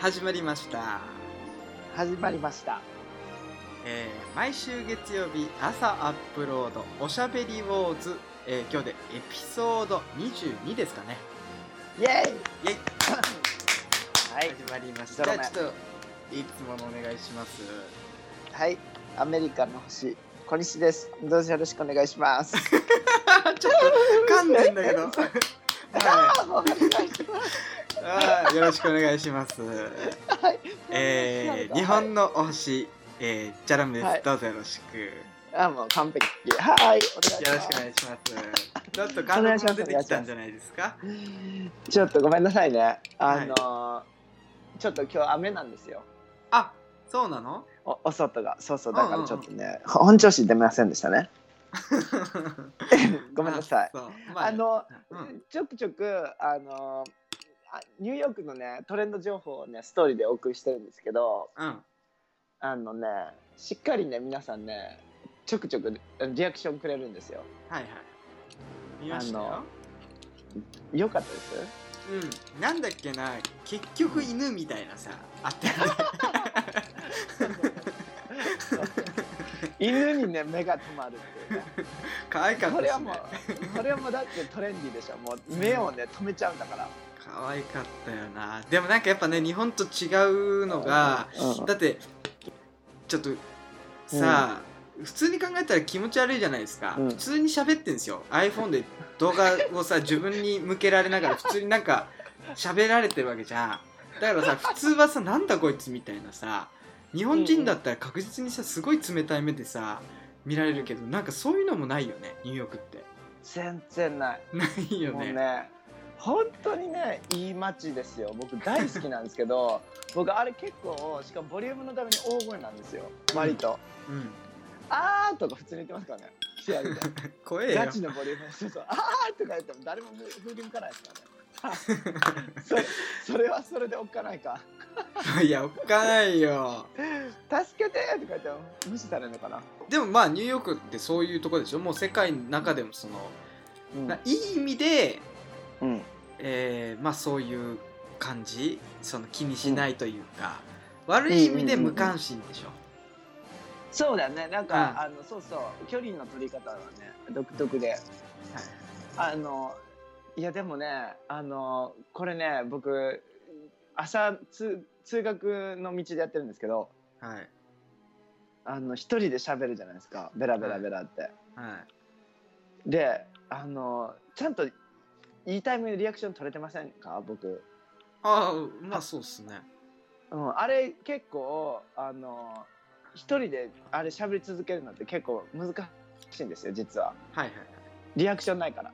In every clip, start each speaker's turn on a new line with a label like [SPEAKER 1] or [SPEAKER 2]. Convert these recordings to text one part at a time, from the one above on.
[SPEAKER 1] 始まりました、
[SPEAKER 2] 始まりました
[SPEAKER 1] えー毎週月曜日朝アップロードおしゃべりウォーズ、えー今日でエピソード22ですかね
[SPEAKER 2] イエーイ
[SPEAKER 1] イェイ
[SPEAKER 2] はい
[SPEAKER 1] 始まりまし
[SPEAKER 2] ど
[SPEAKER 1] た
[SPEAKER 2] う
[SPEAKER 1] じゃ
[SPEAKER 2] も
[SPEAKER 1] あ
[SPEAKER 2] ね
[SPEAKER 1] ちょっといつものお願いし ます
[SPEAKER 2] はいアメリカの星小西ですどうぞよろしくお願いします
[SPEAKER 1] ちょっと噛んでんだけ どは
[SPEAKER 2] あーお願いしま
[SPEAKER 1] いあーよろしくお願いします
[SPEAKER 2] すはい
[SPEAKER 1] えー日本の推し、えー、ジャラムです、
[SPEAKER 2] はい
[SPEAKER 1] どうぞよろしくよ
[SPEAKER 2] あもう完璧はーいお
[SPEAKER 1] ろ
[SPEAKER 2] 願い
[SPEAKER 1] し
[SPEAKER 2] し
[SPEAKER 1] くお
[SPEAKER 2] ます
[SPEAKER 1] 願いし ますちょっと感動が出てきたんじゃないですか
[SPEAKER 2] ちょっとごめんなさいねあのーちょっと今日雨なんですよ
[SPEAKER 1] あそうなの
[SPEAKER 2] おお外がそうそうだか
[SPEAKER 1] うんうんう
[SPEAKER 2] ら
[SPEAKER 1] ん
[SPEAKER 2] ちょっとね、本調子出ませんでした ねごめんなさい
[SPEAKER 1] あそうまあ
[SPEAKER 2] あの、
[SPEAKER 1] うん
[SPEAKER 2] ちょくちょくあのーあニューヨークのねトレンド情報をねストーリーでお送りしてるんですけど
[SPEAKER 1] うん
[SPEAKER 2] あのねしっかりね皆さんねちょくちょくリアクションくれるんですよ
[SPEAKER 1] はいはい見ました
[SPEAKER 2] あ
[SPEAKER 1] よ
[SPEAKER 2] のよかったです
[SPEAKER 1] うんなんだっけな結局犬みたいなさあったよね
[SPEAKER 2] 犬にね目が止まるっていうね
[SPEAKER 1] 可愛かった
[SPEAKER 2] これ
[SPEAKER 1] し
[SPEAKER 2] は
[SPEAKER 1] ね
[SPEAKER 2] もうこれはもうだってトレンディーでしょもう目をね止めちゃうんだから
[SPEAKER 1] 可愛かったよなでもなんかやっぱね日本と違うのが、
[SPEAKER 2] うん
[SPEAKER 1] だってちょっとさあ、普通に考えたら気持ち悪いじゃないですか、
[SPEAKER 2] うん
[SPEAKER 1] 普通に喋ってんですよ iPhone で動画を さ自分に向けられながら普通になんか喋られてるわけじゃんだからさ普通はさなんだこいつみたいなさ日本人だったら確実にさすごい冷たい目でさ見られるけどなんかそういうのもないよねニューヨークって
[SPEAKER 2] 全然ない
[SPEAKER 1] ないよ
[SPEAKER 2] もう
[SPEAKER 1] ね
[SPEAKER 2] ね本当にねいい街ですよ僕大好きなんですけ ど僕あれ結構しかもボリュームのために大声なんですよ割と
[SPEAKER 1] うん
[SPEAKER 2] 「あー」とか普通に言ってますからね来てやるで
[SPEAKER 1] 怖えよ
[SPEAKER 2] ガチのボリュームそうそう「あー」とか言っても誰も振り向かないですからね それそれはそれでおっかないか
[SPEAKER 1] いやおっかないよ
[SPEAKER 2] 「助けて!」とか言っても無視されるのかな、
[SPEAKER 1] でもまあニューヨークってそういうとこでしょもう世界の中でもその、
[SPEAKER 2] うん
[SPEAKER 1] ないい意味で、
[SPEAKER 2] うん、
[SPEAKER 1] えーまあそういう感じその気にしないというか、悪い意味で無関心でしょ、
[SPEAKER 2] そうだねなん
[SPEAKER 1] うん
[SPEAKER 2] かあのそうそう距離の取り方はね独特であのいやでもねあのこれね僕朝通通学の道でやってるんですけど
[SPEAKER 1] はいはい
[SPEAKER 2] あの一人で喋るじゃないですかベラベラベラって。
[SPEAKER 1] はい
[SPEAKER 2] であのちゃんといいタイムでリアクション取れてませんか僕、
[SPEAKER 1] ああまあそうっすね
[SPEAKER 2] うん、あれ結構あの一人であれ喋り続けるのって結構難しいんですよ実は
[SPEAKER 1] はいはいはい
[SPEAKER 2] リアクションないから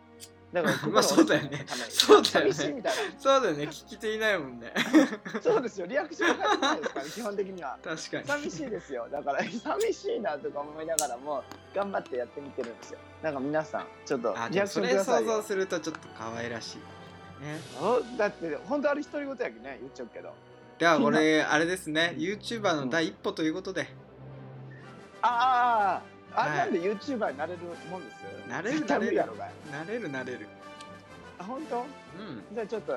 [SPEAKER 2] だから
[SPEAKER 1] まあそうだよね
[SPEAKER 2] 心を落ち着
[SPEAKER 1] そう
[SPEAKER 2] け
[SPEAKER 1] だ
[SPEAKER 2] るた
[SPEAKER 1] よね
[SPEAKER 2] めに寂しいみたい
[SPEAKER 1] そうだよね聞き手いないもんね
[SPEAKER 2] なそうですよリアクションがないですから基本的には
[SPEAKER 1] 確かに
[SPEAKER 2] 寂しいですよだから寂しいなとか思いながらも頑張ってやってみてるんですよなんか皆さんちょっと
[SPEAKER 1] あ
[SPEAKER 2] リ
[SPEAKER 1] で
[SPEAKER 2] ア
[SPEAKER 1] も
[SPEAKER 2] クシ
[SPEAKER 1] そ
[SPEAKER 2] ョン
[SPEAKER 1] れ
[SPEAKER 2] くださ
[SPEAKER 1] 想
[SPEAKER 2] い
[SPEAKER 1] 像
[SPEAKER 2] よ
[SPEAKER 1] するとちょっと可愛らしいね
[SPEAKER 2] おだって本当あれ独り言やけね言っちゃうけど
[SPEAKER 1] では
[SPEAKER 2] 気にな
[SPEAKER 1] 俺あれですね YouTuber の第一歩ということで、
[SPEAKER 2] ああああ、
[SPEAKER 1] はい
[SPEAKER 2] なんで YouTuber になれるもんです
[SPEAKER 1] なれる
[SPEAKER 2] 絶対
[SPEAKER 1] なれる
[SPEAKER 2] 無理やろがい
[SPEAKER 1] なれるなれる
[SPEAKER 2] あ本当
[SPEAKER 1] うん
[SPEAKER 2] じゃあちょっと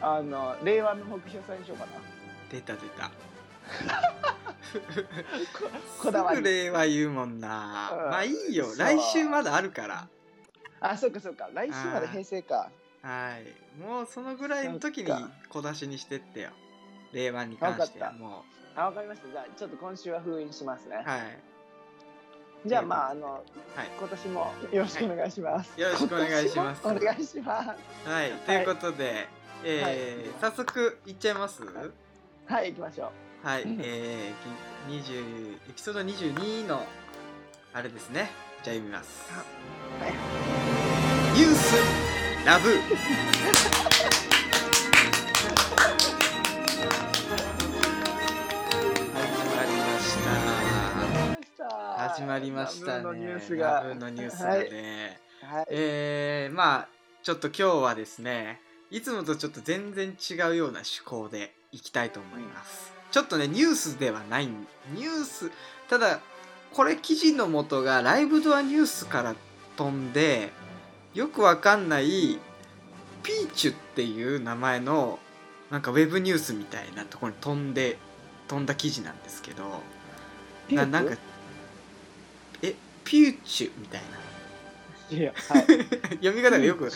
[SPEAKER 2] あの令和の目標さんにしようかな
[SPEAKER 1] 出た出た
[SPEAKER 2] こ こだわ
[SPEAKER 1] す
[SPEAKER 2] り
[SPEAKER 1] ぐ令和言うもんな、
[SPEAKER 2] うん
[SPEAKER 1] まあいいよ
[SPEAKER 2] そう
[SPEAKER 1] 来週まだあるから
[SPEAKER 2] あそっかそっか来週まで平成か
[SPEAKER 1] はいもうそのぐらいの時に
[SPEAKER 2] そっか
[SPEAKER 1] 小出しにしてってよ令和に関しては
[SPEAKER 2] わかっ
[SPEAKER 1] も
[SPEAKER 2] あわかりましたじゃあちょっと今週は封印しますね、
[SPEAKER 1] うはい
[SPEAKER 2] じゃあまああの、
[SPEAKER 1] はい
[SPEAKER 2] 今年もよろしくお願いします、
[SPEAKER 1] よろしくお願いします
[SPEAKER 2] 今年もお願いします
[SPEAKER 1] はいということで、えー
[SPEAKER 2] は
[SPEAKER 1] 早速いっちゃいます
[SPEAKER 2] はい行きましょう
[SPEAKER 1] はい、
[SPEAKER 2] うん
[SPEAKER 1] えーき20エピソード22のあれですねじゃあ読みます、
[SPEAKER 2] はい
[SPEAKER 1] ニュースラブ始まりましたね。
[SPEAKER 2] ラブのニュースが
[SPEAKER 1] ラブのニュースがね。
[SPEAKER 2] はい、
[SPEAKER 1] えー、まあちょっと今日はですねいつもとちょっと全然違うような趣向でいきたいと思いますちょっとねニュースではないニュースただこれ記事の元がライブドアニュースから飛んでよくわかんないピーチュっていう名前のなんかウェブニュースみたいなところに飛んで飛んだ記事なんですけど
[SPEAKER 2] ピュ
[SPEAKER 1] な
[SPEAKER 2] ーチ
[SPEAKER 1] なんかえピューチュみたいな
[SPEAKER 2] いやはい
[SPEAKER 1] 読み方がよく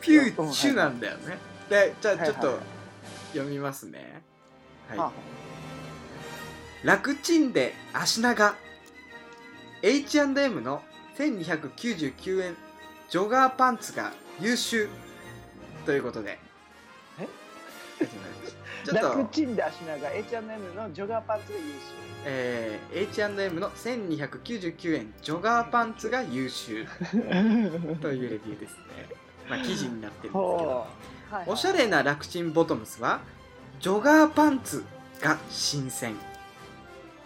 [SPEAKER 1] ピューチュな
[SPEAKER 2] だ
[SPEAKER 1] んだよね。で、じゃあ
[SPEAKER 2] はい
[SPEAKER 1] ち
[SPEAKER 2] は
[SPEAKER 1] ょ
[SPEAKER 2] い
[SPEAKER 1] っと読みますね。
[SPEAKER 2] は
[SPEAKER 1] はい。楽ちんで足長。H&M の1299円ジョガーパンツが優秀ということで。
[SPEAKER 2] え
[SPEAKER 1] 始まりました ちょっ
[SPEAKER 2] 楽
[SPEAKER 1] と、
[SPEAKER 2] ちんで足長 H&M のジョガーパンツが優
[SPEAKER 1] えー H&M の1299円ジョガーパンツが優秀
[SPEAKER 2] 秀
[SPEAKER 1] というレビューですね。まあ記事になってるんですけど。
[SPEAKER 2] ほうはいはい
[SPEAKER 1] おしゃれな楽ちんボトムスはジョガーパンツが新鮮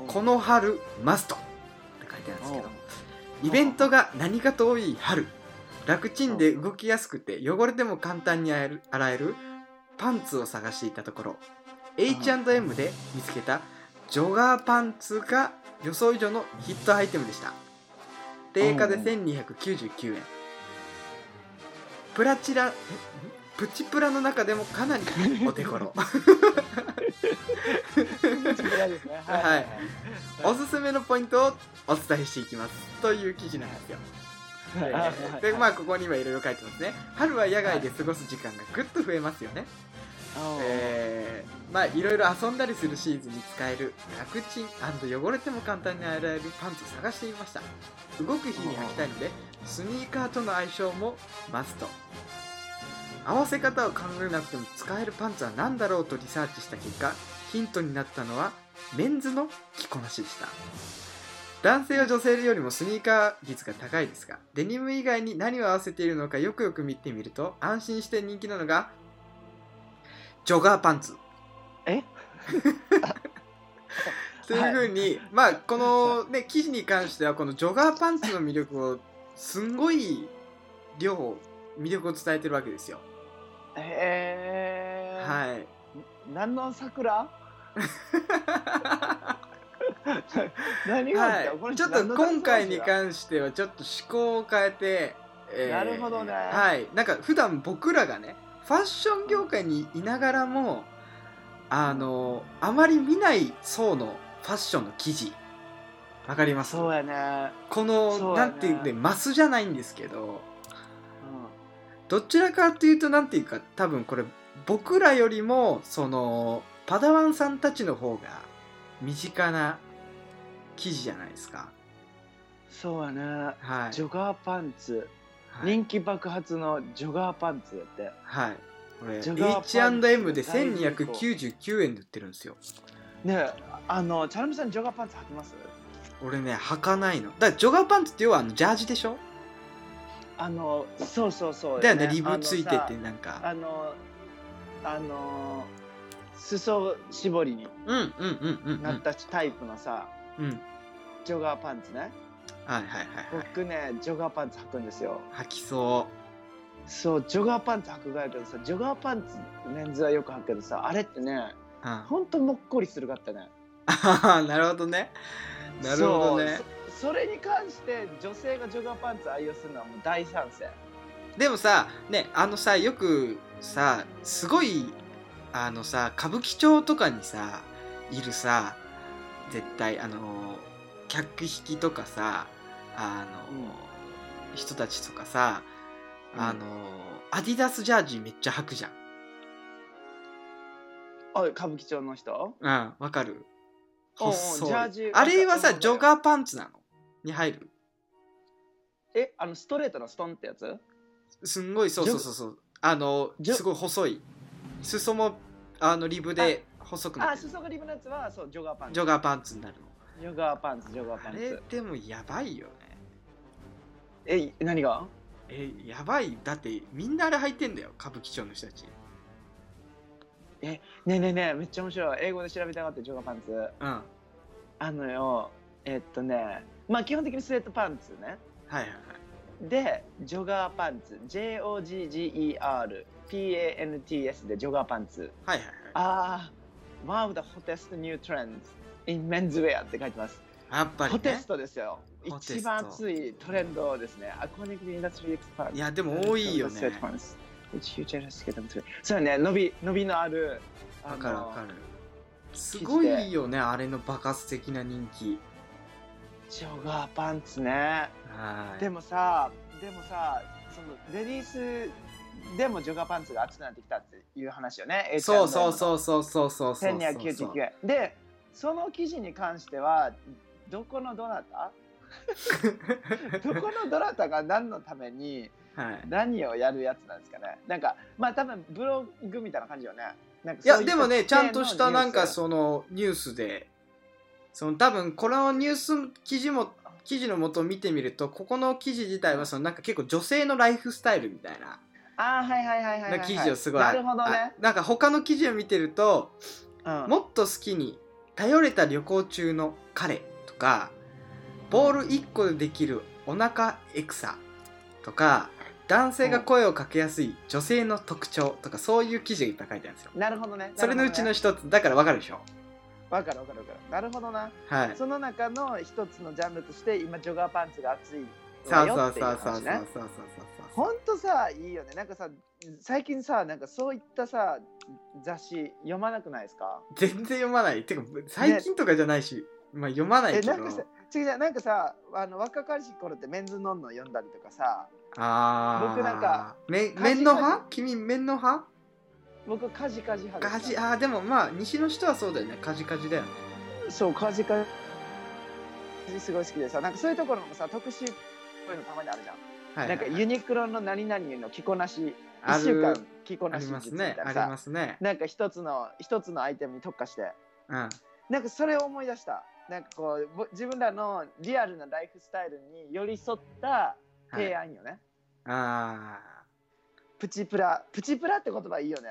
[SPEAKER 1] この春マストって書いてあるんですけど
[SPEAKER 2] おう
[SPEAKER 1] イベントが何かと多い春楽ちんで動きやすくて汚れても簡単に洗える洗えるパンツを探していたところ H&M で見つけたジョガーパンツが予想以上のヒットアイテムでした定価で
[SPEAKER 2] うん
[SPEAKER 1] 1299円プラチラえんプチプラの中でもかなりお手頃
[SPEAKER 2] こちらですねはいはいはい
[SPEAKER 1] おすすめのポイントをお伝えしていきますという記事なんですよ
[SPEAKER 2] はいはいはい
[SPEAKER 1] でまあここに今いろいろ書いてますね春は野外で過ごす時間がぐっと増えますよね、えーまあいろいろ遊んだりするシーズンに使える楽ちん汚れても簡単に洗えるパンツを探してみました動く日に履きたいのでスニーカーとの相性もマスト合わせ方を考えなくても使えるパンツは何だろうとリサーチした結果ヒントになったのはメンズの着こなしでした男性は女性よりもスニーカー率が高いですがデニム以外に何を合わせているのかよくよく見てみると安心して人気なのがジョガーパンツ
[SPEAKER 2] え
[SPEAKER 1] というふうに、まあこのね記事に関してはこのジョガーパンツの魅力をすんごい量魅力を伝えてるわけですよ、
[SPEAKER 2] えー
[SPEAKER 1] はい
[SPEAKER 2] 何の 桜何があったこ
[SPEAKER 1] は
[SPEAKER 2] れ
[SPEAKER 1] い、ちょっと
[SPEAKER 2] 何の桜
[SPEAKER 1] 今回に関してはちょっと思考を変えて、え
[SPEAKER 2] なるほどね
[SPEAKER 1] はいなんか普段僕らがねファッション業界にいながらもあのあまり見ない層のファッションの記事わかります
[SPEAKER 2] そうやね、
[SPEAKER 1] この、
[SPEAKER 2] そう
[SPEAKER 1] な
[SPEAKER 2] やね
[SPEAKER 1] んていうねマスじゃないんですけど
[SPEAKER 2] うん
[SPEAKER 1] どちらかというとなんていうか多分これ僕らよりもそのパダワンさんたちの方が身近な記事じゃないですか。
[SPEAKER 2] そうやね
[SPEAKER 1] はい、
[SPEAKER 2] ジョガーパンツ、
[SPEAKER 1] はい、
[SPEAKER 2] 人気爆発のジョガーパンツやって
[SPEAKER 1] はい、これ
[SPEAKER 2] ジョガーパンツ
[SPEAKER 1] H&M で1299円で売ってるんですよ
[SPEAKER 2] ねえあのチャラミさんジョガーパンツ履きます
[SPEAKER 1] 俺ね履かないのだからジョガーパンツって要はあのジャージでしょ
[SPEAKER 2] あのそうそうそう
[SPEAKER 1] だよねリブついてて
[SPEAKER 2] ね
[SPEAKER 1] なんか
[SPEAKER 2] あのさあのあの裾絞りに
[SPEAKER 1] うんうんうんうんうん
[SPEAKER 2] なったタイプのさ、
[SPEAKER 1] うん
[SPEAKER 2] ジョガーパンツね
[SPEAKER 1] はいはいはいはい
[SPEAKER 2] 僕ねジョガーパンツ履くんですよ
[SPEAKER 1] 履きそ
[SPEAKER 2] そうジョガーパンツ履くがやけどさジョガーパンツメンズはよく履くけどさあれってね
[SPEAKER 1] う、うん、あ
[SPEAKER 2] ほんともっこりするかったね
[SPEAKER 1] ー なるほどねなるほどね
[SPEAKER 2] そうそそれに関して女性がジョガーパンツ愛用するのはもう大賛成
[SPEAKER 1] でもさねあのさよくさすごいあのさ歌舞伎町とかにさいるさ絶対あの客引きとかさあの、人たちとかさあの、アディダスジャージめっちゃ履くじゃん。
[SPEAKER 2] おい歌舞伎町の人
[SPEAKER 1] うんわかる
[SPEAKER 2] おうおう
[SPEAKER 1] 細い
[SPEAKER 2] ジャージ
[SPEAKER 1] あれは
[SPEAKER 2] わ
[SPEAKER 1] さ
[SPEAKER 2] かる
[SPEAKER 1] ジョガーパンツなのに入る
[SPEAKER 2] えあのストレートのストンってやつ
[SPEAKER 1] すんごいそうそうそうそうあの
[SPEAKER 2] ジョ
[SPEAKER 1] すごい細い裾もあのリブで細くな
[SPEAKER 2] あ
[SPEAKER 1] ってる
[SPEAKER 2] 裾がリブのやつはそうジョガーパンツ
[SPEAKER 1] ジョガーパンツになるの。
[SPEAKER 2] ジョガーパンツジョガーパ
[SPEAKER 1] あ
[SPEAKER 2] ン
[SPEAKER 1] れ
[SPEAKER 2] ツ
[SPEAKER 1] でもやばいよね
[SPEAKER 2] え何が
[SPEAKER 1] えやばいだってみんなあれ履いてんだよ歌舞伎町の人たち
[SPEAKER 2] ねえねえねえめっちゃ面白い英語で調べたがってジョガーパンツ
[SPEAKER 1] うん
[SPEAKER 2] あのよえっとねまあ基本的にスウェットパンツね
[SPEAKER 1] はいはいはい
[SPEAKER 2] でジョガーパンツ JOGGERPANTS でジョガーパンツ
[SPEAKER 1] はいはいはい
[SPEAKER 2] ああ One of the hottest new trends in menswear って書いてます
[SPEAKER 1] やっぱ
[SPEAKER 2] ホ
[SPEAKER 1] り
[SPEAKER 2] テ
[SPEAKER 1] ね
[SPEAKER 2] ストですよ
[SPEAKER 1] ホテスト
[SPEAKER 2] 一番熱いトレンドですねアコニックインダストリーエクスパー
[SPEAKER 1] いやでも多いよね
[SPEAKER 2] そうね伸び伸びのあるあ
[SPEAKER 1] わ
[SPEAKER 2] の
[SPEAKER 1] かるわかるすごいよねあれの爆発的な人気
[SPEAKER 2] ジョガーパンツね
[SPEAKER 1] はい
[SPEAKER 2] でもさでもさそのレディースでもジョガーパンツが熱くなってきたっていう話よね
[SPEAKER 1] そうそう
[SPEAKER 2] う
[SPEAKER 1] そうそうそうそうそうそう
[SPEAKER 2] 1299円でその記事に関してはどこのど なた どこのどなたが何のために
[SPEAKER 1] はい
[SPEAKER 2] 何をやるやつなんですかねなんかまあ多分ブログみたいな感じよねなんか
[SPEAKER 1] いや
[SPEAKER 2] そうう
[SPEAKER 1] でもねちゃんとしたなんか
[SPEAKER 2] 特定の
[SPEAKER 1] そのニュースでその多分このニュース記事も記事のもとを見てみるとここの記事自体はそのなんか結構女性のライフスタイルみたいな
[SPEAKER 2] ニュースあーはいはいはいはいはい、
[SPEAKER 1] な
[SPEAKER 2] はい、
[SPEAKER 1] 記事をすごい
[SPEAKER 2] なるほどね
[SPEAKER 1] あ、なんか他の記事を見てると
[SPEAKER 2] うん
[SPEAKER 1] もっと好きに頼れた旅行中の彼とかボール1個でできるお腹エクサとか男性が声をかけやすい女性の特徴とかそういう記事がいっぱい書いてあるんですよ
[SPEAKER 2] なるほどね
[SPEAKER 1] それのうちの
[SPEAKER 2] わ、
[SPEAKER 1] 一つだからわかるでしょ
[SPEAKER 2] かるわかるわかるなるほどな
[SPEAKER 1] はい
[SPEAKER 2] その中の一つのジャンルとして今ジョガーパンツが熱い
[SPEAKER 1] そ
[SPEAKER 2] わ
[SPEAKER 1] うそ
[SPEAKER 2] よ
[SPEAKER 1] う
[SPEAKER 2] ってい
[SPEAKER 1] そううそうそ
[SPEAKER 2] 話
[SPEAKER 1] うそう
[SPEAKER 2] ね
[SPEAKER 1] そうそう
[SPEAKER 2] ほんとさいいよねなんかさ最近さなんかそういったさ雑誌読まなくないですか
[SPEAKER 1] 全然読まないてか最近とかじゃないし、まあ読まない
[SPEAKER 2] え
[SPEAKER 1] けど
[SPEAKER 2] なんかさ違う違うなんかさあの若かりし頃ってメンズノンノ読んだりとかさ
[SPEAKER 1] ああ
[SPEAKER 2] 僕なんか
[SPEAKER 1] め
[SPEAKER 2] カジカジ
[SPEAKER 1] 面の派君面の派
[SPEAKER 2] 僕カジカジ派
[SPEAKER 1] カ
[SPEAKER 2] です
[SPEAKER 1] ジあーでもまあ西の人はそうだよねカジカジだよね
[SPEAKER 2] そうカジカジすごい好きでさなんかそういうところもさ特集こういうのたまにあるじゃん、
[SPEAKER 1] はい
[SPEAKER 2] なんかユニクロの何々の着こなし
[SPEAKER 1] あ
[SPEAKER 2] 1週間
[SPEAKER 1] る
[SPEAKER 2] 着こ
[SPEAKER 1] あ
[SPEAKER 2] なし
[SPEAKER 1] りま
[SPEAKER 2] 術
[SPEAKER 1] す
[SPEAKER 2] みた
[SPEAKER 1] ね
[SPEAKER 2] いな
[SPEAKER 1] あり
[SPEAKER 2] さ
[SPEAKER 1] ますね
[SPEAKER 2] なんか一つの一つのアイテムに特化して
[SPEAKER 1] うん
[SPEAKER 2] なんかそれを思い出したなんかこうぼ自分らのリアルなライフスタイルに寄り添った
[SPEAKER 1] はい
[SPEAKER 2] 提案よね、
[SPEAKER 1] あ
[SPEAKER 2] プチプラプチプラって言葉いいよね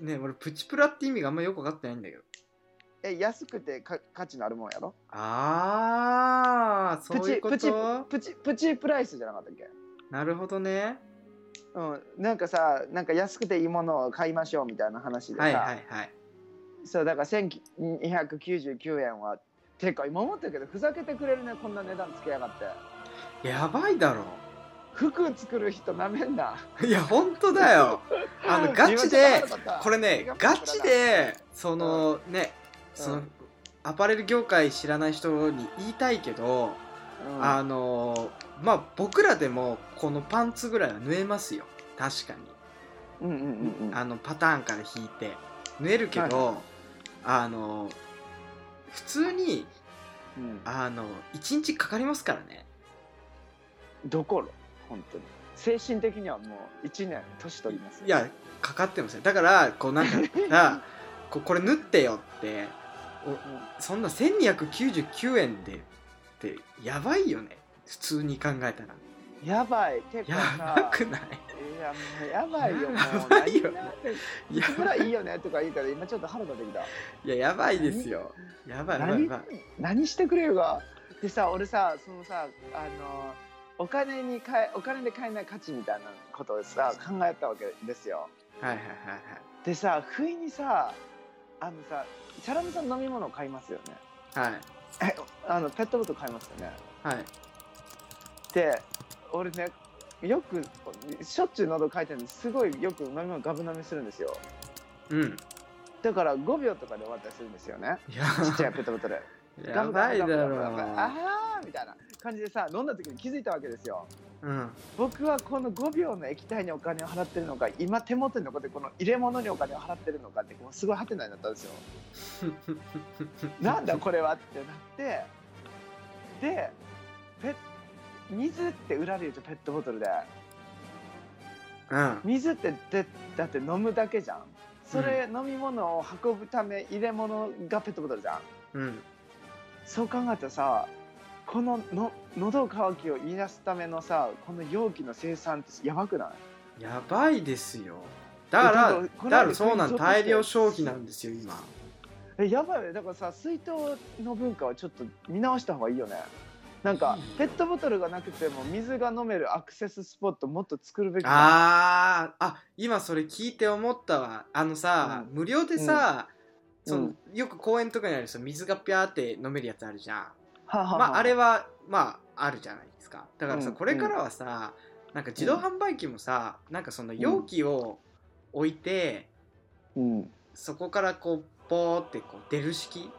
[SPEAKER 1] ーね俺プチプラって意味があんまよく分かってないんだけど
[SPEAKER 2] え安くてか価値のあるもんやろ
[SPEAKER 1] ああそ
[SPEAKER 2] プ
[SPEAKER 1] うい
[SPEAKER 2] チ
[SPEAKER 1] うこ
[SPEAKER 2] プチ
[SPEAKER 1] と
[SPEAKER 2] プチプチプライスじゃなかったっけ
[SPEAKER 1] なるほどね
[SPEAKER 2] うん、なんかさなんか安くていいものを買いましょうみたいな話でさ、
[SPEAKER 1] はいはいはい
[SPEAKER 2] そうだから1299円はてか今思ったけどふざけてくれるねこんな値段つけやがって
[SPEAKER 1] やばいだろ
[SPEAKER 2] 服作る人なめんない
[SPEAKER 1] や本当だよあのガチでこれねガチでそのねそのアパレル業界知らない人に言いたいけど、あ
[SPEAKER 2] あ
[SPEAKER 1] のまあ僕らでもこのパンツぐらいは縫えますよ確か
[SPEAKER 2] うんうんうんうん
[SPEAKER 1] にあのパターンから引いて縫えるけど、あの普通に
[SPEAKER 2] うん
[SPEAKER 1] あの1日かかりますからね
[SPEAKER 2] どころ本当に精神的にはもう1年年取ります
[SPEAKER 1] いやかかってますよだからこうなんか さここれ縫ってよって
[SPEAKER 2] う
[SPEAKER 1] そんな1299円でってやばいよね普通に考えたら
[SPEAKER 2] んやばい結構
[SPEAKER 1] や
[SPEAKER 2] さ
[SPEAKER 1] ばくない
[SPEAKER 2] いやもうやばいよもう
[SPEAKER 1] やばいよ
[SPEAKER 2] 何々
[SPEAKER 1] いや
[SPEAKER 2] いくらいいよねとか言うから今ちょっと腹立ってきた
[SPEAKER 1] いややばいですよやばいやばい
[SPEAKER 2] 何
[SPEAKER 1] やばい
[SPEAKER 2] 何してくれるがでさ俺さそのさあのお金に買えお金で買えない価値みたいなことをさ考えたわけですよ
[SPEAKER 1] はいはいはいはい
[SPEAKER 2] でさ不意にさあのさチャラムさん飲み物買いますよね
[SPEAKER 1] はい
[SPEAKER 2] えあのペットボトル買いますよね
[SPEAKER 1] はい
[SPEAKER 2] で俺ねよくしょっちゅう喉かいてるんですごいよく飲み物ガブ飲みするんですよ
[SPEAKER 1] うん
[SPEAKER 2] だから5秒とかで終わったりするんですよね
[SPEAKER 1] いや
[SPEAKER 2] ちっちゃいペットボトルガ
[SPEAKER 1] や
[SPEAKER 2] ブガ
[SPEAKER 1] ば
[SPEAKER 2] ブ
[SPEAKER 1] いだ
[SPEAKER 2] ガブガブ
[SPEAKER 1] ろ
[SPEAKER 2] ガブああみたいな感じでさ飲んだ時に気づいたわけですよ
[SPEAKER 1] う、うん、
[SPEAKER 2] 僕はこの5秒の液体にお金を払ってるのか今手元に残ってるこの入れ物にお金を払ってるのかってもうすごいハテナになったんですよなんだこれはってなってでペ水って売られるとペットボトルで
[SPEAKER 1] うん
[SPEAKER 2] 水ってでだって飲むだけじゃんそれ、飲み物を運ぶため入れ物がペットボトルじゃん
[SPEAKER 1] うん
[SPEAKER 2] そう考えたらさこのの喉乾きを言い出すためのさこの容器の生産ってやばくない
[SPEAKER 1] やばいですよだから
[SPEAKER 2] えだからこれ
[SPEAKER 1] だからそうなん
[SPEAKER 2] ちょっとして
[SPEAKER 1] 大量消費なんですよ今
[SPEAKER 2] えやばいよねだからさ水筒の文化はちょっと見直した方がいいよねなんかペットボトルがなくても水が飲めるアクセススポットもっと作るべきだ
[SPEAKER 1] あーあ今それ聞いて思ったわあのさ、無料でさ、
[SPEAKER 2] うん
[SPEAKER 1] その
[SPEAKER 2] うん
[SPEAKER 1] よく公園とかにあるさ水がピャーって飲めるやつあるじゃん、
[SPEAKER 2] ははは
[SPEAKER 1] まああれはまああるじゃないですかだからさ、
[SPEAKER 2] うん
[SPEAKER 1] これからはさなんか自動販売機もさ、なんかその容器を置いて、
[SPEAKER 2] うん
[SPEAKER 1] そこからこうポーってこう出る式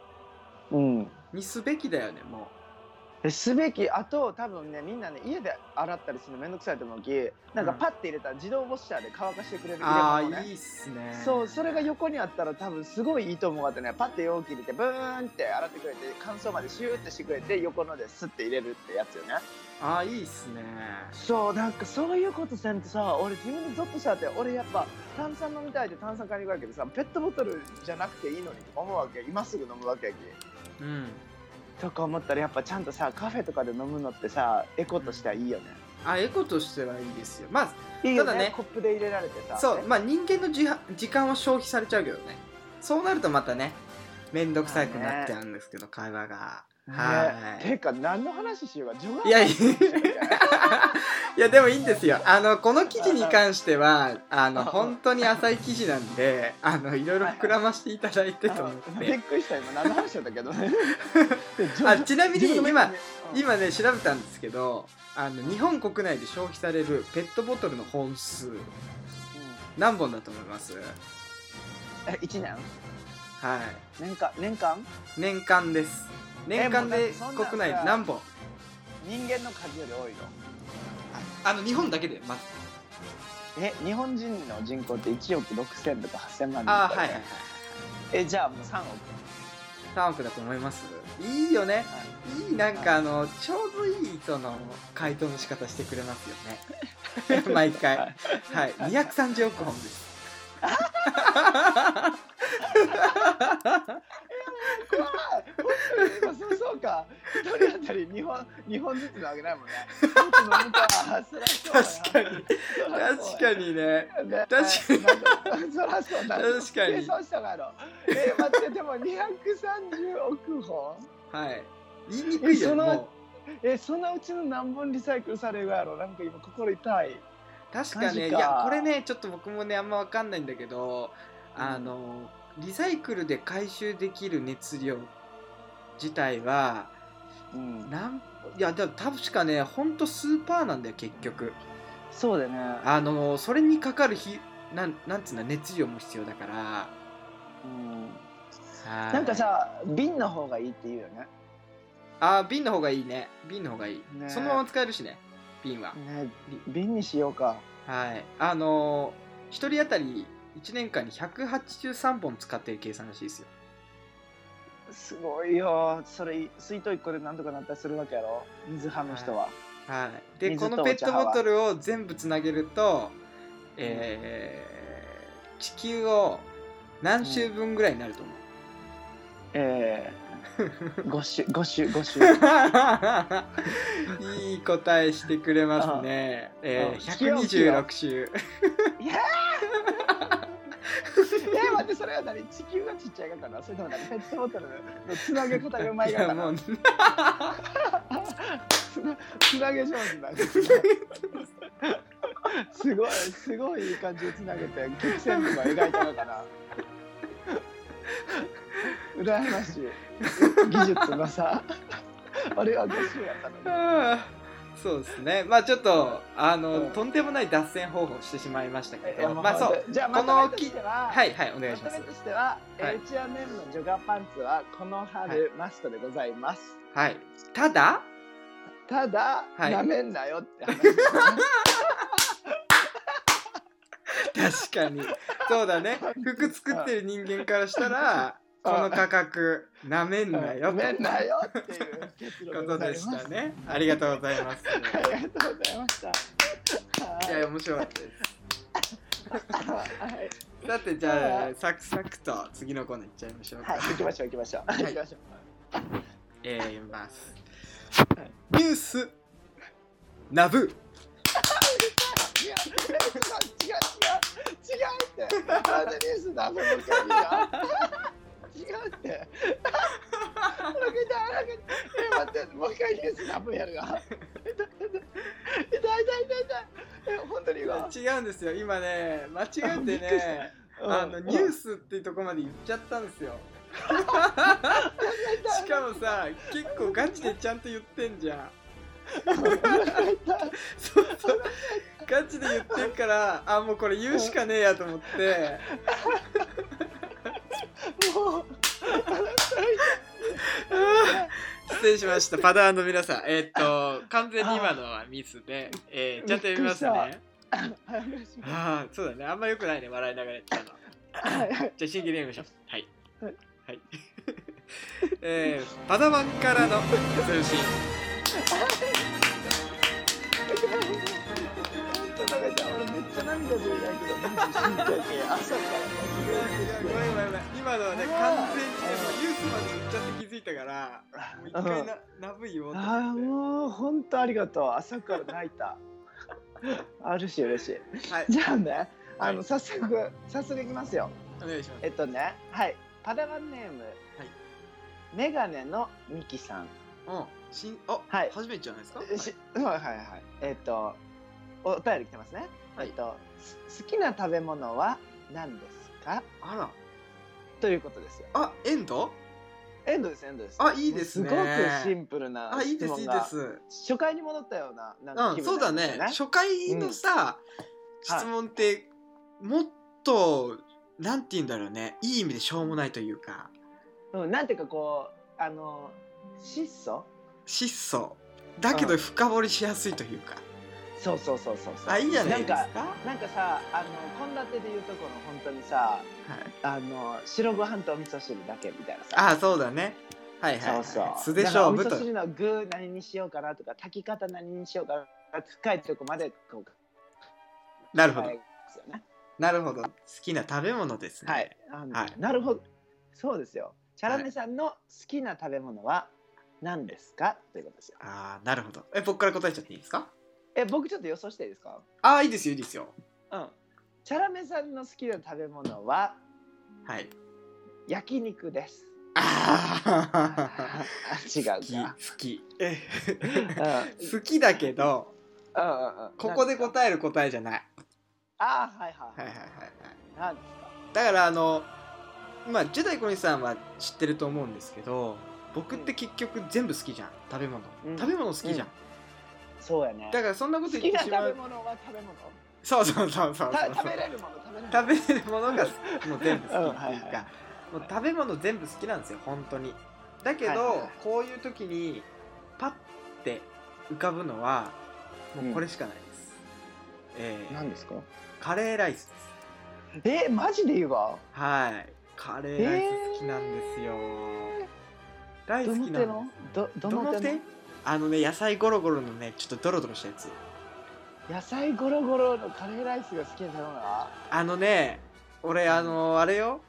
[SPEAKER 2] うん
[SPEAKER 1] にすべきだよねも
[SPEAKER 2] えすべきあと多分ねみんなね家で洗ったりするのめんどくさいと思うきなんかパッて入れたら自動ウォッシャーで乾かしてくれる
[SPEAKER 1] う
[SPEAKER 2] 入れ
[SPEAKER 1] あ
[SPEAKER 2] 物を
[SPEAKER 1] あ、
[SPEAKER 2] ね
[SPEAKER 1] いいっすね
[SPEAKER 2] そうそれが横にあったら多分すごいいいと思うわけねパッて容器入れてブーンって洗ってくれて乾燥までシューってしてくれて横のでスッて入れるってやつよね
[SPEAKER 1] ああいいっすね
[SPEAKER 2] そうなんかそういうことせんとさ俺自分でゾッとしちゃって俺やっぱ炭酸飲みたいって炭酸買いに行くわけでさペットボトルじゃなくていいのにとか思うわけ今すぐ飲むわけやき
[SPEAKER 1] うん
[SPEAKER 2] とか思ったらやっぱちゃんとさカフェとかで飲むのってさエコとしてはいいよね
[SPEAKER 1] あエコとしてはいいですよまあ
[SPEAKER 2] いいよ
[SPEAKER 1] た
[SPEAKER 2] ね
[SPEAKER 1] だね
[SPEAKER 2] コップで入れられてさ
[SPEAKER 1] そうまあ人間の時間時間は消費されちゃうけどねそうなるとまたね面倒くさくなっちゃうんですけど、会話が
[SPEAKER 2] ね
[SPEAKER 1] はい
[SPEAKER 2] てか何の話しようか
[SPEAKER 1] いやい
[SPEAKER 2] い
[SPEAKER 1] いやでもいいんですよあのこの記事に関してはあの
[SPEAKER 2] あ
[SPEAKER 1] 本当に浅い記事なん であのいろいろ膨らましていただいてと思っ
[SPEAKER 2] びってくりした今何の話だっ たけどね
[SPEAKER 1] あちなみに今
[SPEAKER 2] 今
[SPEAKER 1] 今ね調べたんですけどあの日本国内で消費されるペットボトルの本数何本だと思います
[SPEAKER 2] 1年
[SPEAKER 1] はい
[SPEAKER 2] 年間年間
[SPEAKER 1] 年間です年間
[SPEAKER 2] えもうだっ
[SPEAKER 1] で
[SPEAKER 2] てそんなんさ
[SPEAKER 1] 国内何本
[SPEAKER 2] 人間の数より多いの
[SPEAKER 1] あの日本だけでまず
[SPEAKER 2] え日本人の人口って1億6000とか8000万人
[SPEAKER 1] ああ
[SPEAKER 2] とか
[SPEAKER 1] はいはいはい
[SPEAKER 2] えじゃあもう3億
[SPEAKER 1] 3億だと思いますいいよねいいなんかあのちょうどいいその回答の仕方してくれますよ ね毎回
[SPEAKER 2] はい
[SPEAKER 1] はい230億本です
[SPEAKER 2] 今そうそうか一人当たり2本二本ずつなわけないもんね一つ飲むかそりゃそうや
[SPEAKER 1] 確かに 確かにね
[SPEAKER 2] ね
[SPEAKER 1] 確かに
[SPEAKER 2] そらそうだ
[SPEAKER 1] 確かに
[SPEAKER 2] 計算したのやろえ待ってでも230億本
[SPEAKER 1] はい言いにくい
[SPEAKER 2] えそ
[SPEAKER 1] よ
[SPEAKER 2] の
[SPEAKER 1] も
[SPEAKER 2] えそのうちの何本リサイクルされるやろなんか今心痛いう
[SPEAKER 1] 確かね
[SPEAKER 2] マジか
[SPEAKER 1] いやこれねちょっと僕もねあんまわかんないんだけどあのリサイクルで回収できる熱量自体は
[SPEAKER 2] うん
[SPEAKER 1] なんいやでも確かねほんと数パーなんだよ結局
[SPEAKER 2] そうだね
[SPEAKER 1] あのそれにかかるひなんなんつうんだ熱量も必要だから
[SPEAKER 2] うん
[SPEAKER 1] はい
[SPEAKER 2] なんかさ瓶の方がいいって言うよね
[SPEAKER 1] あー瓶の方がいいね瓶の方がいい、
[SPEAKER 2] ね
[SPEAKER 1] そのまま使えるしね瓶は、
[SPEAKER 2] ね瓶にしようか
[SPEAKER 1] はいあのー、1人当たり1年間に183本使ってる計算らしいですよ
[SPEAKER 2] すごいよそれ水筒1個でなんとかなったりするわけやろ水派の人は、
[SPEAKER 1] はいでこ
[SPEAKER 2] 水と
[SPEAKER 1] のペット
[SPEAKER 2] お茶は
[SPEAKER 1] ボトルを全部つなげるとえー、地球を何周分ぐらいになる と思う、
[SPEAKER 2] ええー、5種5種5
[SPEAKER 1] いい答えしてくれますね。えー、
[SPEAKER 2] うん聞よう
[SPEAKER 1] 126周。
[SPEAKER 2] 種いやーえ待ってそれは何地球がちっちゃいからそれとも何ペットボトルのつなげ方がうまい
[SPEAKER 1] い
[SPEAKER 2] か
[SPEAKER 1] や
[SPEAKER 2] ら
[SPEAKER 1] もう
[SPEAKER 2] つなつなげ上手なんですねすごいすごいいい感じでつなげて曲線とか描いたのかな羨ましい技術のさあれは5種やったのに
[SPEAKER 1] あーそうですね。まあちょっとあの、
[SPEAKER 2] うん
[SPEAKER 1] とんでもない脱線方法してしまいましたけ
[SPEAKER 2] いや
[SPEAKER 1] ど、まあそう。
[SPEAKER 2] じゃあ
[SPEAKER 1] こ
[SPEAKER 2] ま
[SPEAKER 1] の
[SPEAKER 2] とめとしては、、
[SPEAKER 1] はいいはいお願
[SPEAKER 2] ま
[SPEAKER 1] いしま
[SPEAKER 2] と
[SPEAKER 1] す
[SPEAKER 2] め。としては、えー
[SPEAKER 1] はい
[SPEAKER 2] H&M のジョガーパンツはこの春、マストでございます
[SPEAKER 1] はい。ただ
[SPEAKER 2] ただな、
[SPEAKER 1] はい
[SPEAKER 2] 舐めんなよって話ですね
[SPEAKER 1] 確かにそうだね。服作ってる人間からしたらこの価格なめんなよ
[SPEAKER 2] 舐めん
[SPEAKER 1] と
[SPEAKER 2] なよっていう結
[SPEAKER 1] こ
[SPEAKER 2] 論
[SPEAKER 1] と
[SPEAKER 2] ござい
[SPEAKER 1] で
[SPEAKER 2] ま
[SPEAKER 1] し
[SPEAKER 2] す
[SPEAKER 1] たね。ありがとうございます。
[SPEAKER 2] ありがとうございました。
[SPEAKER 1] い
[SPEAKER 2] はい
[SPEAKER 1] や面白かったです。
[SPEAKER 2] はい、
[SPEAKER 1] さてじゃ
[SPEAKER 2] は
[SPEAKER 1] あサクサクと次のコーナーいっちゃいましょうか、
[SPEAKER 2] はい、行きましょう、行きましょう。
[SPEAKER 1] い
[SPEAKER 2] 行きましょ
[SPEAKER 1] えー、読みます、
[SPEAKER 2] はい
[SPEAKER 1] ニュースナブ
[SPEAKER 2] う。いや、違う、違う、違う、違うって。なんでニュースだ、その距離が。違うって。お腹痛腹がえ待ってもう一回です何分やるが痛い痛い痛い痛い痛いえ本当に今
[SPEAKER 1] 違うんですよ今ね間違って
[SPEAKER 2] びっくりし
[SPEAKER 1] ねあのニュースっていうとこまで言っちゃったんです よしかもさ結構ガチでちゃんと言ってんじゃんそうそうガチで言ってるからあもうこれ言うしかねえやと思って
[SPEAKER 2] もう
[SPEAKER 1] 失礼しましたパターンの皆さんえーっと完全に今のはミスで、えー、ちゃんと読みます
[SPEAKER 2] びっくり
[SPEAKER 1] ね
[SPEAKER 2] はいお願いします
[SPEAKER 1] ああそうだねあんまよくないね笑いながらやったの
[SPEAKER 2] はいはい
[SPEAKER 1] じゃあ真剣にやりましょうはい
[SPEAKER 2] は
[SPEAKER 1] はい
[SPEAKER 2] い、
[SPEAKER 1] えー、パダワンからの通信
[SPEAKER 2] 本当だめだ俺めっちゃ涙出るんだけどマジ心配で朝から
[SPEAKER 1] ごめんごめんごめん今のはね
[SPEAKER 2] うわ
[SPEAKER 1] 完全にねもうユースまで言っちゃって気づいたからもう一回ななぶ言おうと
[SPEAKER 2] ああ
[SPEAKER 1] 思っ
[SPEAKER 2] もう本当ありがとう朝から泣いたあるし嬉しい
[SPEAKER 1] てはい
[SPEAKER 2] じゃあねあの早速早速いきますよ
[SPEAKER 1] お願いします
[SPEAKER 2] えっとねはいパダワンネーム、
[SPEAKER 1] はい
[SPEAKER 2] メガネのミキさん
[SPEAKER 1] うんしんあ、
[SPEAKER 2] はい
[SPEAKER 1] 初めてじゃないですか
[SPEAKER 2] しはいはいはいえっとお便り来てますね、
[SPEAKER 1] はい
[SPEAKER 2] えっとす好きな食べ物は何ですか
[SPEAKER 1] あら
[SPEAKER 2] ということですよ
[SPEAKER 1] あエンド
[SPEAKER 2] エンドですエンドです
[SPEAKER 1] あいいですね
[SPEAKER 2] もうすごくシンプルな
[SPEAKER 1] あいい
[SPEAKER 2] 質
[SPEAKER 1] ですい
[SPEAKER 2] 問
[SPEAKER 1] い
[SPEAKER 2] が
[SPEAKER 1] です
[SPEAKER 2] 初回に戻ったようななんか
[SPEAKER 1] う
[SPEAKER 2] 気
[SPEAKER 1] ん、
[SPEAKER 2] 分
[SPEAKER 1] そうだ
[SPEAKER 2] になり
[SPEAKER 1] ね
[SPEAKER 2] ました
[SPEAKER 1] 初回のさ、
[SPEAKER 2] うん
[SPEAKER 1] 質問ってもっとなんて言うんだろうねいい意味でしょうもないというか
[SPEAKER 2] うん、なんていうかこうあの質素
[SPEAKER 1] 質素だけど深掘りしやすいというか、
[SPEAKER 2] そうそうそうそうそう
[SPEAKER 1] あいいじゃないですか
[SPEAKER 2] んかなんかさあの献立でいうとこの本当にさ
[SPEAKER 1] はい、
[SPEAKER 2] あの白ご飯とお味噌汁だけみたいなさ
[SPEAKER 1] あそうだねはいはい、
[SPEAKER 2] そ
[SPEAKER 1] は
[SPEAKER 2] う
[SPEAKER 1] い、
[SPEAKER 2] そう
[SPEAKER 1] 素でし
[SPEAKER 2] だから
[SPEAKER 1] ょ
[SPEAKER 2] お
[SPEAKER 1] う
[SPEAKER 2] 味
[SPEAKER 1] ぶと
[SPEAKER 2] 噌汁の具何にしようかなとか炊き方何にしようかな深いとこまでこう
[SPEAKER 1] なるほど、
[SPEAKER 2] 考えますよね
[SPEAKER 1] なるほど好きな食べ物ですね
[SPEAKER 2] はい、あの
[SPEAKER 1] はい
[SPEAKER 2] なるほどそうですよチャラメさんの好きな食べ物は何ですか、ということですよ
[SPEAKER 1] あーなるほどえ僕から答えちゃっていいですか
[SPEAKER 2] え僕ちょっと予想していいですか
[SPEAKER 1] あーいいですよいいですよ
[SPEAKER 2] うんチャラメさんの好きな食べ物は
[SPEAKER 1] はい
[SPEAKER 2] 焼 肉です。
[SPEAKER 1] あ
[SPEAKER 2] 違う
[SPEAKER 1] ー
[SPEAKER 2] か。
[SPEAKER 1] 好き好き
[SPEAKER 2] うん
[SPEAKER 1] 好きだけど
[SPEAKER 2] うんうんうん。
[SPEAKER 1] ここで
[SPEAKER 2] え。
[SPEAKER 1] 答える答えじゃない。
[SPEAKER 2] ああはいはい
[SPEAKER 1] はいはいは
[SPEAKER 2] はい。
[SPEAKER 1] いはい。
[SPEAKER 2] なんですか。
[SPEAKER 1] だからあの、まあ、ジェダイコニさんは知ってると思うんですけど、僕って結局全部好きじゃん。食べ物。
[SPEAKER 2] うん
[SPEAKER 1] 食べ物好きじゃん。
[SPEAKER 2] そうやね。
[SPEAKER 1] だからそんなこと
[SPEAKER 2] 好
[SPEAKER 1] 言
[SPEAKER 2] き
[SPEAKER 1] って
[SPEAKER 2] な
[SPEAKER 1] し
[SPEAKER 2] 食
[SPEAKER 1] ま
[SPEAKER 2] べ
[SPEAKER 1] う。
[SPEAKER 2] 物は食べ物。
[SPEAKER 1] そうそうそうそう
[SPEAKER 2] た
[SPEAKER 1] そう。
[SPEAKER 2] 食べれるもの食べれる。
[SPEAKER 1] 食べれるものが好きもう全部好きって
[SPEAKER 2] はい
[SPEAKER 1] いう
[SPEAKER 2] はい
[SPEAKER 1] か、もう食べ物全部好きなんですよ、本当に。だけど、
[SPEAKER 2] はいはいはい
[SPEAKER 1] こういう時に、パッて浮かぶのは、もうこれしかないです。えー
[SPEAKER 2] なんですか。
[SPEAKER 1] カレーライスです。
[SPEAKER 2] えマジで言うわ。
[SPEAKER 1] はい。カレーライス好きなんですよ。大好
[SPEAKER 2] どの
[SPEAKER 1] き
[SPEAKER 2] 手
[SPEAKER 1] な
[SPEAKER 2] の
[SPEAKER 1] んです。
[SPEAKER 2] どどの手の
[SPEAKER 1] あのね、野菜ゴロゴロのね、ちょっとドロドロしたやつ。
[SPEAKER 2] 野菜ゴロゴロのカレーライスが好きな食べ物は。
[SPEAKER 1] あのね、俺、あの、あれよ。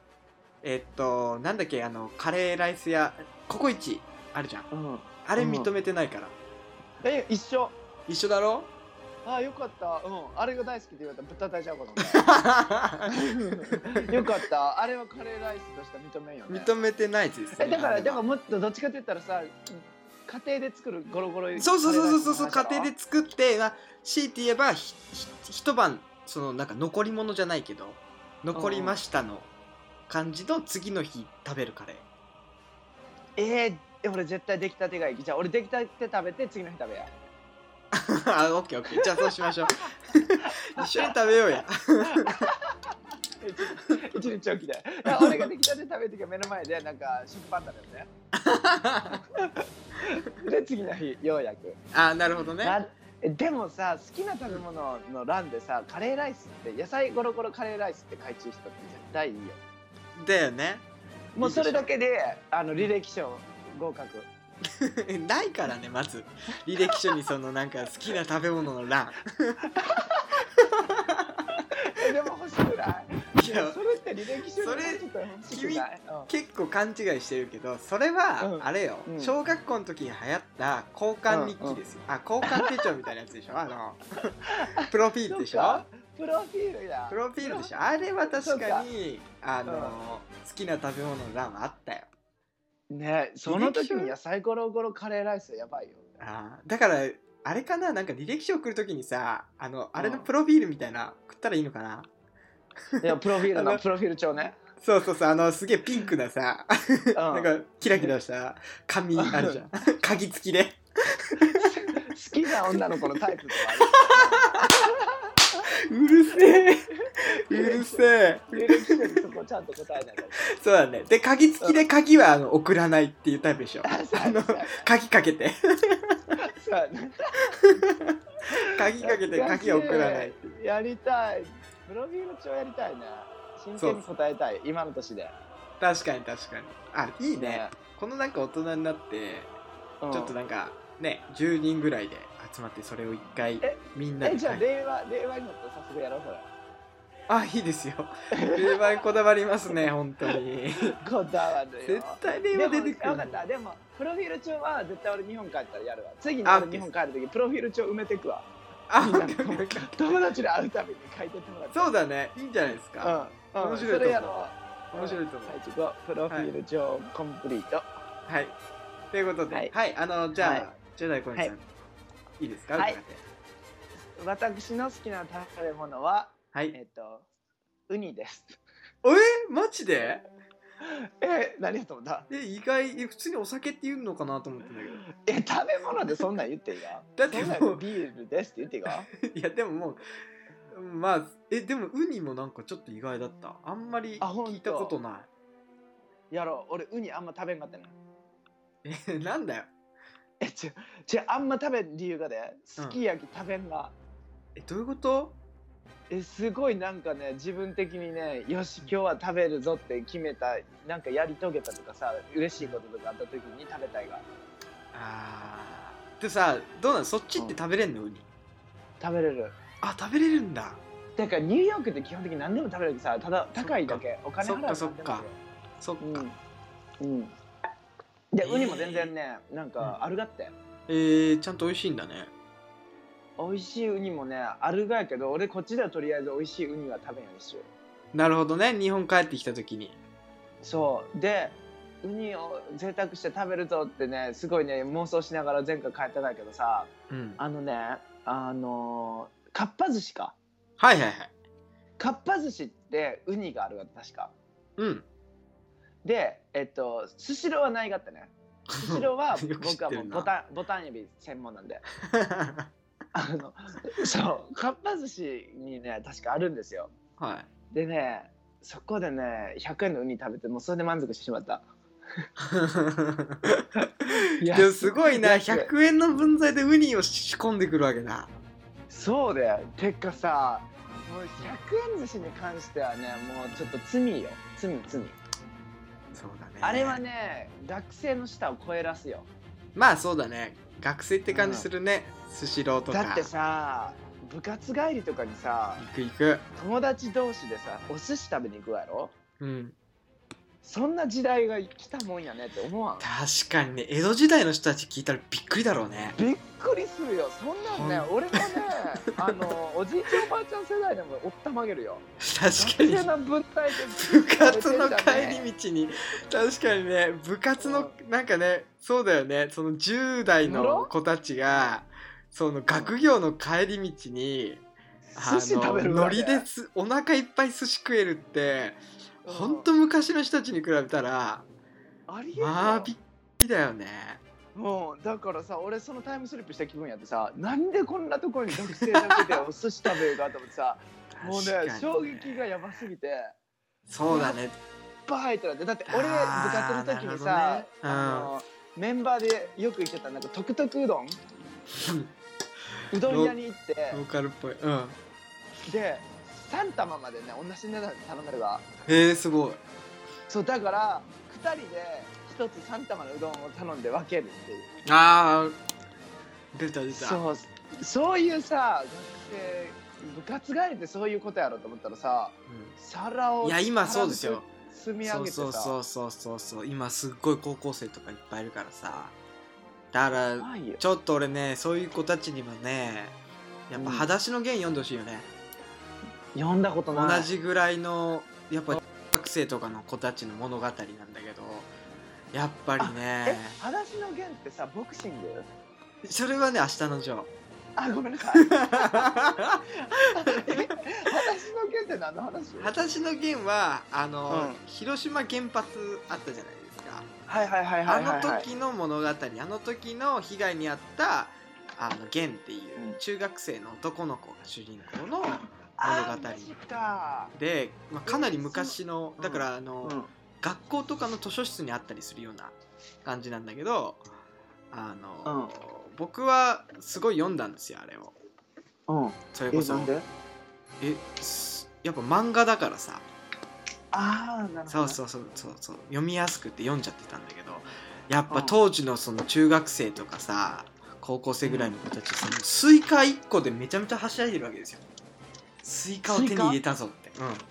[SPEAKER 1] えっと、なんだっけ、あの、カレーライス屋、ココイチ、あるじゃん。
[SPEAKER 2] うん。
[SPEAKER 1] あれ
[SPEAKER 2] うん
[SPEAKER 1] 認めてないから。
[SPEAKER 2] え一緒。
[SPEAKER 1] 一緒だ ろ
[SPEAKER 2] ああよかった。うんあれが大好きって言われたら豚炊いちゃうかと思っ
[SPEAKER 1] 認
[SPEAKER 2] た。よかった。あれはカレーライスとして認めんよね。
[SPEAKER 1] めてないです、ね。
[SPEAKER 2] えだか
[SPEAKER 1] あれ
[SPEAKER 2] ら
[SPEAKER 1] は
[SPEAKER 2] でももっとどっちかって言ったらさ家庭で作るゴロゴロ
[SPEAKER 1] そうそうそうそうそう、家庭
[SPEAKER 2] で
[SPEAKER 1] で作って、まあ、強いて言えば、ひひ一晩、そのなんか残り物じゃないけど、残りましたの感じの次の日食べるカレー。
[SPEAKER 2] えーえ俺絶対出来たてがいいじゃあ俺出来たて食べて次の日食べや
[SPEAKER 1] あ、オッケーオッケー。じゃあそうしまし ょう。一緒に食べようや。
[SPEAKER 2] 一日一日起きでいや俺が出来たて食べる時は目の前でなんか食パン食 べるねで次の日ようやく、
[SPEAKER 1] あ、なるほどね。
[SPEAKER 2] なえでもさ好きな食べ物の欄でさカレーライスって野菜ゴロゴロカレーライスって書いてる人って絶対いいよ
[SPEAKER 1] だよね。
[SPEAKER 2] もうそれだけであの履歴書合格
[SPEAKER 1] ないからね、まず。履歴書にそのなんか好きな食べ物の欄。
[SPEAKER 2] えでも欲しくない
[SPEAKER 1] い
[SPEAKER 2] いや
[SPEAKER 1] や
[SPEAKER 2] それって履歴書
[SPEAKER 1] それ
[SPEAKER 2] にちょっと欲しくない
[SPEAKER 1] 結構勘違いしてるけどそれ
[SPEAKER 2] う
[SPEAKER 1] は
[SPEAKER 2] ん
[SPEAKER 1] あれよ、
[SPEAKER 2] うん
[SPEAKER 1] 小学校の時に流行った交換日記ですよ、あ交換手帳みたいなやつでしょあ のプロフィールでし
[SPEAKER 2] そっ
[SPEAKER 1] ょ
[SPEAKER 2] かプロフィールだ
[SPEAKER 1] プロフィールでしょあれは確
[SPEAKER 2] そう
[SPEAKER 1] か
[SPEAKER 2] か
[SPEAKER 1] にあの、好きな食べ物の欄はあったよ、
[SPEAKER 2] ねねその時に野菜ゴロゴロカレーライスやばいよ
[SPEAKER 1] あーだからあれかななんか履歴書送るときにさあのあれのプロフィールみたいな食ったらいいのかな、
[SPEAKER 2] い やプロフィール
[SPEAKER 1] あ
[SPEAKER 2] の
[SPEAKER 1] の
[SPEAKER 2] プロフィール帳 ね、
[SPEAKER 1] そうそうそうあのすげえピンクなさ、
[SPEAKER 2] うん、
[SPEAKER 1] なんかキラキラした紙あるじゃん鍵付きで
[SPEAKER 2] 好きな女の子のタイプとか
[SPEAKER 1] うるせえうるせえ
[SPEAKER 2] ある履歴書にそこちゃんと答えないと
[SPEAKER 1] そうだねで鍵付きで鍵はあの送らないっていうタイプでしょ
[SPEAKER 2] あ
[SPEAKER 1] あの
[SPEAKER 2] そうや
[SPEAKER 1] 鍵かけて
[SPEAKER 2] そうやね
[SPEAKER 1] 鍵かけて鍵は送らない
[SPEAKER 2] やりたいプロフィール帳やりたいね真剣に答えたい今の年で
[SPEAKER 1] 確かに確かにあいいねこのなんか大人になって
[SPEAKER 2] うん
[SPEAKER 1] ちょっとなんかね10人ぐらいで集まってそれを一回
[SPEAKER 2] え
[SPEAKER 1] みんな
[SPEAKER 2] え
[SPEAKER 1] で
[SPEAKER 2] じゃあ
[SPEAKER 1] はい
[SPEAKER 2] 令和令和になったら早速やろうそれ
[SPEAKER 1] あいいですよ令和にこだわります ね本当に
[SPEAKER 2] こだわるよ
[SPEAKER 1] 絶対令和出てく
[SPEAKER 2] でも
[SPEAKER 1] る
[SPEAKER 2] 分かったでもプロフィール帳は絶対俺日本帰ったらやるわ次に俺日本帰る時プロフィール帳埋めてくわ
[SPEAKER 1] あ
[SPEAKER 2] みんなの友達友達に会うたびに書いてってもらって
[SPEAKER 1] そうだねいいんじゃないですか、
[SPEAKER 2] うん、うん、
[SPEAKER 1] 面白いと思う
[SPEAKER 2] それやろう
[SPEAKER 1] 面白いと思う
[SPEAKER 2] 最後プロフィール帳コンプリート
[SPEAKER 1] はいということでは
[SPEAKER 2] はいい、
[SPEAKER 1] あのじゃあ、
[SPEAKER 2] はい
[SPEAKER 1] ジェダイコンさん、
[SPEAKER 2] はい
[SPEAKER 1] い、いですか
[SPEAKER 2] はい
[SPEAKER 1] 伺って
[SPEAKER 2] 私の好きな食べ物は
[SPEAKER 1] はい
[SPEAKER 2] えっとウニです
[SPEAKER 1] えマジで
[SPEAKER 2] え何やと思った
[SPEAKER 1] え意外え普通にお酒って言うのかなと思ったんだ
[SPEAKER 2] え食べ物でそんなん言っていいか
[SPEAKER 1] だってもう
[SPEAKER 2] そんなんでビールですって言っていいか
[SPEAKER 1] けどいやでももうまあえでもウニもなんかちょっと意外だったあんまり
[SPEAKER 2] あほんと
[SPEAKER 1] 聞いたことない
[SPEAKER 2] やろう俺ウニあんま食べんかったね
[SPEAKER 1] えなんだよ
[SPEAKER 2] えちょちょあんま食べん理由がね
[SPEAKER 1] うん
[SPEAKER 2] すき焼き食べんが、
[SPEAKER 1] えどういうこと
[SPEAKER 2] えすごいなんかね自分的にねよし今日は食べるぞって決めたなんかやり遂げたとかさ嬉しいこととかあった時に食べたいが
[SPEAKER 1] あーでさどうなのそっちって食べれんのウニ
[SPEAKER 2] 食べれる
[SPEAKER 1] あ食べれるんだ
[SPEAKER 2] だからニューヨークって基本的に何でも食べれるけどさただ高いだけお金払うから
[SPEAKER 1] そっかそっか、
[SPEAKER 2] うん、うん、で
[SPEAKER 1] えー
[SPEAKER 2] ウニも全然ねなんかあるがって
[SPEAKER 1] えー、ちゃんと美味しいんだね
[SPEAKER 2] 美味しいウニもねあるがやけど俺こっちではとりあえず美味しいウニは食べんようにしよう
[SPEAKER 1] なるほどね日本帰ってきた時に
[SPEAKER 2] そうでウニを贅沢して食べるぞってねすごいね妄想しながら前回帰ってたけどさ
[SPEAKER 1] うん
[SPEAKER 2] あのねあのーかっぱ寿司か
[SPEAKER 1] はいはいはい
[SPEAKER 2] かっぱ寿司ってウニがあるわ確か
[SPEAKER 1] うん
[SPEAKER 2] でえっとスシローはないがったねスシローは
[SPEAKER 1] よく知っ
[SPEAKER 2] 僕は
[SPEAKER 1] て
[SPEAKER 2] も
[SPEAKER 1] る
[SPEAKER 2] う
[SPEAKER 1] な
[SPEAKER 2] ボタンボタン指専門なんであのそうかっぱ寿司にね確かあるんですよ
[SPEAKER 1] はい
[SPEAKER 2] でねそこでね100円のウニ食べてもうそれで満足してしまったいや
[SPEAKER 1] でもすごいな
[SPEAKER 2] 安い
[SPEAKER 1] 100円の分際でウニを仕込んでくるわけだ
[SPEAKER 2] そうだよてっかさもう100円寿司に関してはねもうちょっと罪よ罪罪
[SPEAKER 1] そうだね
[SPEAKER 2] あれはね学生の舌を超えらすよ
[SPEAKER 1] まあそうだね学生って感じするねスシローとか
[SPEAKER 2] だってさ部活帰りとかにさ
[SPEAKER 1] 行く行く
[SPEAKER 2] 友達同士でさお寿司食べに行くやろ
[SPEAKER 1] うん
[SPEAKER 2] そんな時代が来たもんやねって思わん
[SPEAKER 1] 確かにね江戸時代の人たち聞いたらびっくりだろうね
[SPEAKER 2] びっくりするよそんなんね俺もねあのおじいちゃんおばあちゃん世代でもおったまげるよ
[SPEAKER 1] 確かに
[SPEAKER 2] 学生の文体で
[SPEAKER 1] 部活の帰り道に確かにね部活のなんかねそうだよねその10代の子たちがその学業の帰り道に
[SPEAKER 2] 寿司食べる
[SPEAKER 1] ノ
[SPEAKER 2] わ
[SPEAKER 1] リ
[SPEAKER 2] け
[SPEAKER 1] ですお腹いっぱい寿司食えるって
[SPEAKER 2] うん
[SPEAKER 1] ほんと昔の人たちに比べたら
[SPEAKER 2] ありえんよ
[SPEAKER 1] まあびっくりだよね
[SPEAKER 2] もうだからさ俺そのタイムスリップした気分やってさなんでこんなところに学生だけでお寿司食べるかと思って さもうね
[SPEAKER 1] 確かに
[SPEAKER 2] 衝撃がやばすぎて
[SPEAKER 1] そうだ ね
[SPEAKER 2] バー入ったらでだって俺部活の時に
[SPEAKER 1] あーな
[SPEAKER 2] さ
[SPEAKER 1] る、ほどねうん
[SPEAKER 2] あのメンバーでよく行ってたなんかトクトク うどんうどん屋に行って
[SPEAKER 1] ローカルっぽいうん
[SPEAKER 2] で3玉までね同じ値段で頼めるわ
[SPEAKER 1] へえすごい
[SPEAKER 2] そうだから2人で1つ3玉のうどんを頼んで分けるっていう
[SPEAKER 1] あー出た出た
[SPEAKER 2] そうそういうさ学生部活帰りってそういうことやろと思ったらさ
[SPEAKER 1] うん
[SPEAKER 2] 皿を
[SPEAKER 1] いや今そうですよ
[SPEAKER 2] 積み上
[SPEAKER 1] そ
[SPEAKER 2] げ
[SPEAKER 1] う
[SPEAKER 2] てさ
[SPEAKER 1] そうそうそうそうそう今すっごい高校生とかいっぱいいるからさだから
[SPEAKER 2] ないよ
[SPEAKER 1] ちょっと俺ねそういう子たちにもねやっぱ「
[SPEAKER 2] うん
[SPEAKER 1] 裸足の弦」読んでほしいよね、
[SPEAKER 2] 読んだことない
[SPEAKER 1] 同じぐらいのやっぱ中学生とかの子たちの物語なんだけどやっぱり
[SPEAKER 2] え
[SPEAKER 1] ね
[SPEAKER 2] 裸足の弦ってさボクシング
[SPEAKER 1] それはね明日のジ ョー
[SPEAKER 2] あごめんな さい裸足の弦って何の話
[SPEAKER 1] 私の件はあの、
[SPEAKER 2] うん
[SPEAKER 1] 広島原発あったじゃないですか
[SPEAKER 2] はいはいはいはいはい、
[SPEAKER 1] あ
[SPEAKER 2] は
[SPEAKER 1] の
[SPEAKER 2] い、
[SPEAKER 1] 時の物語あの時の被害に遭ったあのゲンっていううん中学生の男の子が主人公の
[SPEAKER 2] あ
[SPEAKER 1] 物語
[SPEAKER 2] マジか
[SPEAKER 1] で、まあ、かなり昔の
[SPEAKER 2] うん
[SPEAKER 1] だからあの、
[SPEAKER 2] うん
[SPEAKER 1] 学校とかの図書室にあったりするような感じなんだけどあの、僕はすごい読んだんですよあれを
[SPEAKER 2] うん
[SPEAKER 1] それ
[SPEAKER 2] え
[SPEAKER 1] こそ
[SPEAKER 2] なんで
[SPEAKER 1] えすやっぱ漫画だからさ
[SPEAKER 2] ああなるほど
[SPEAKER 1] そうそうそうそうそう読みやすくて読んじゃってたんだけどやっぱ当時のその中学生とかさ高校生ぐらいの子たちそのスイカ1個でめちゃめちゃはしゃいでるわけですよスイカを手に入れたぞって、
[SPEAKER 2] うんうんうんうんうん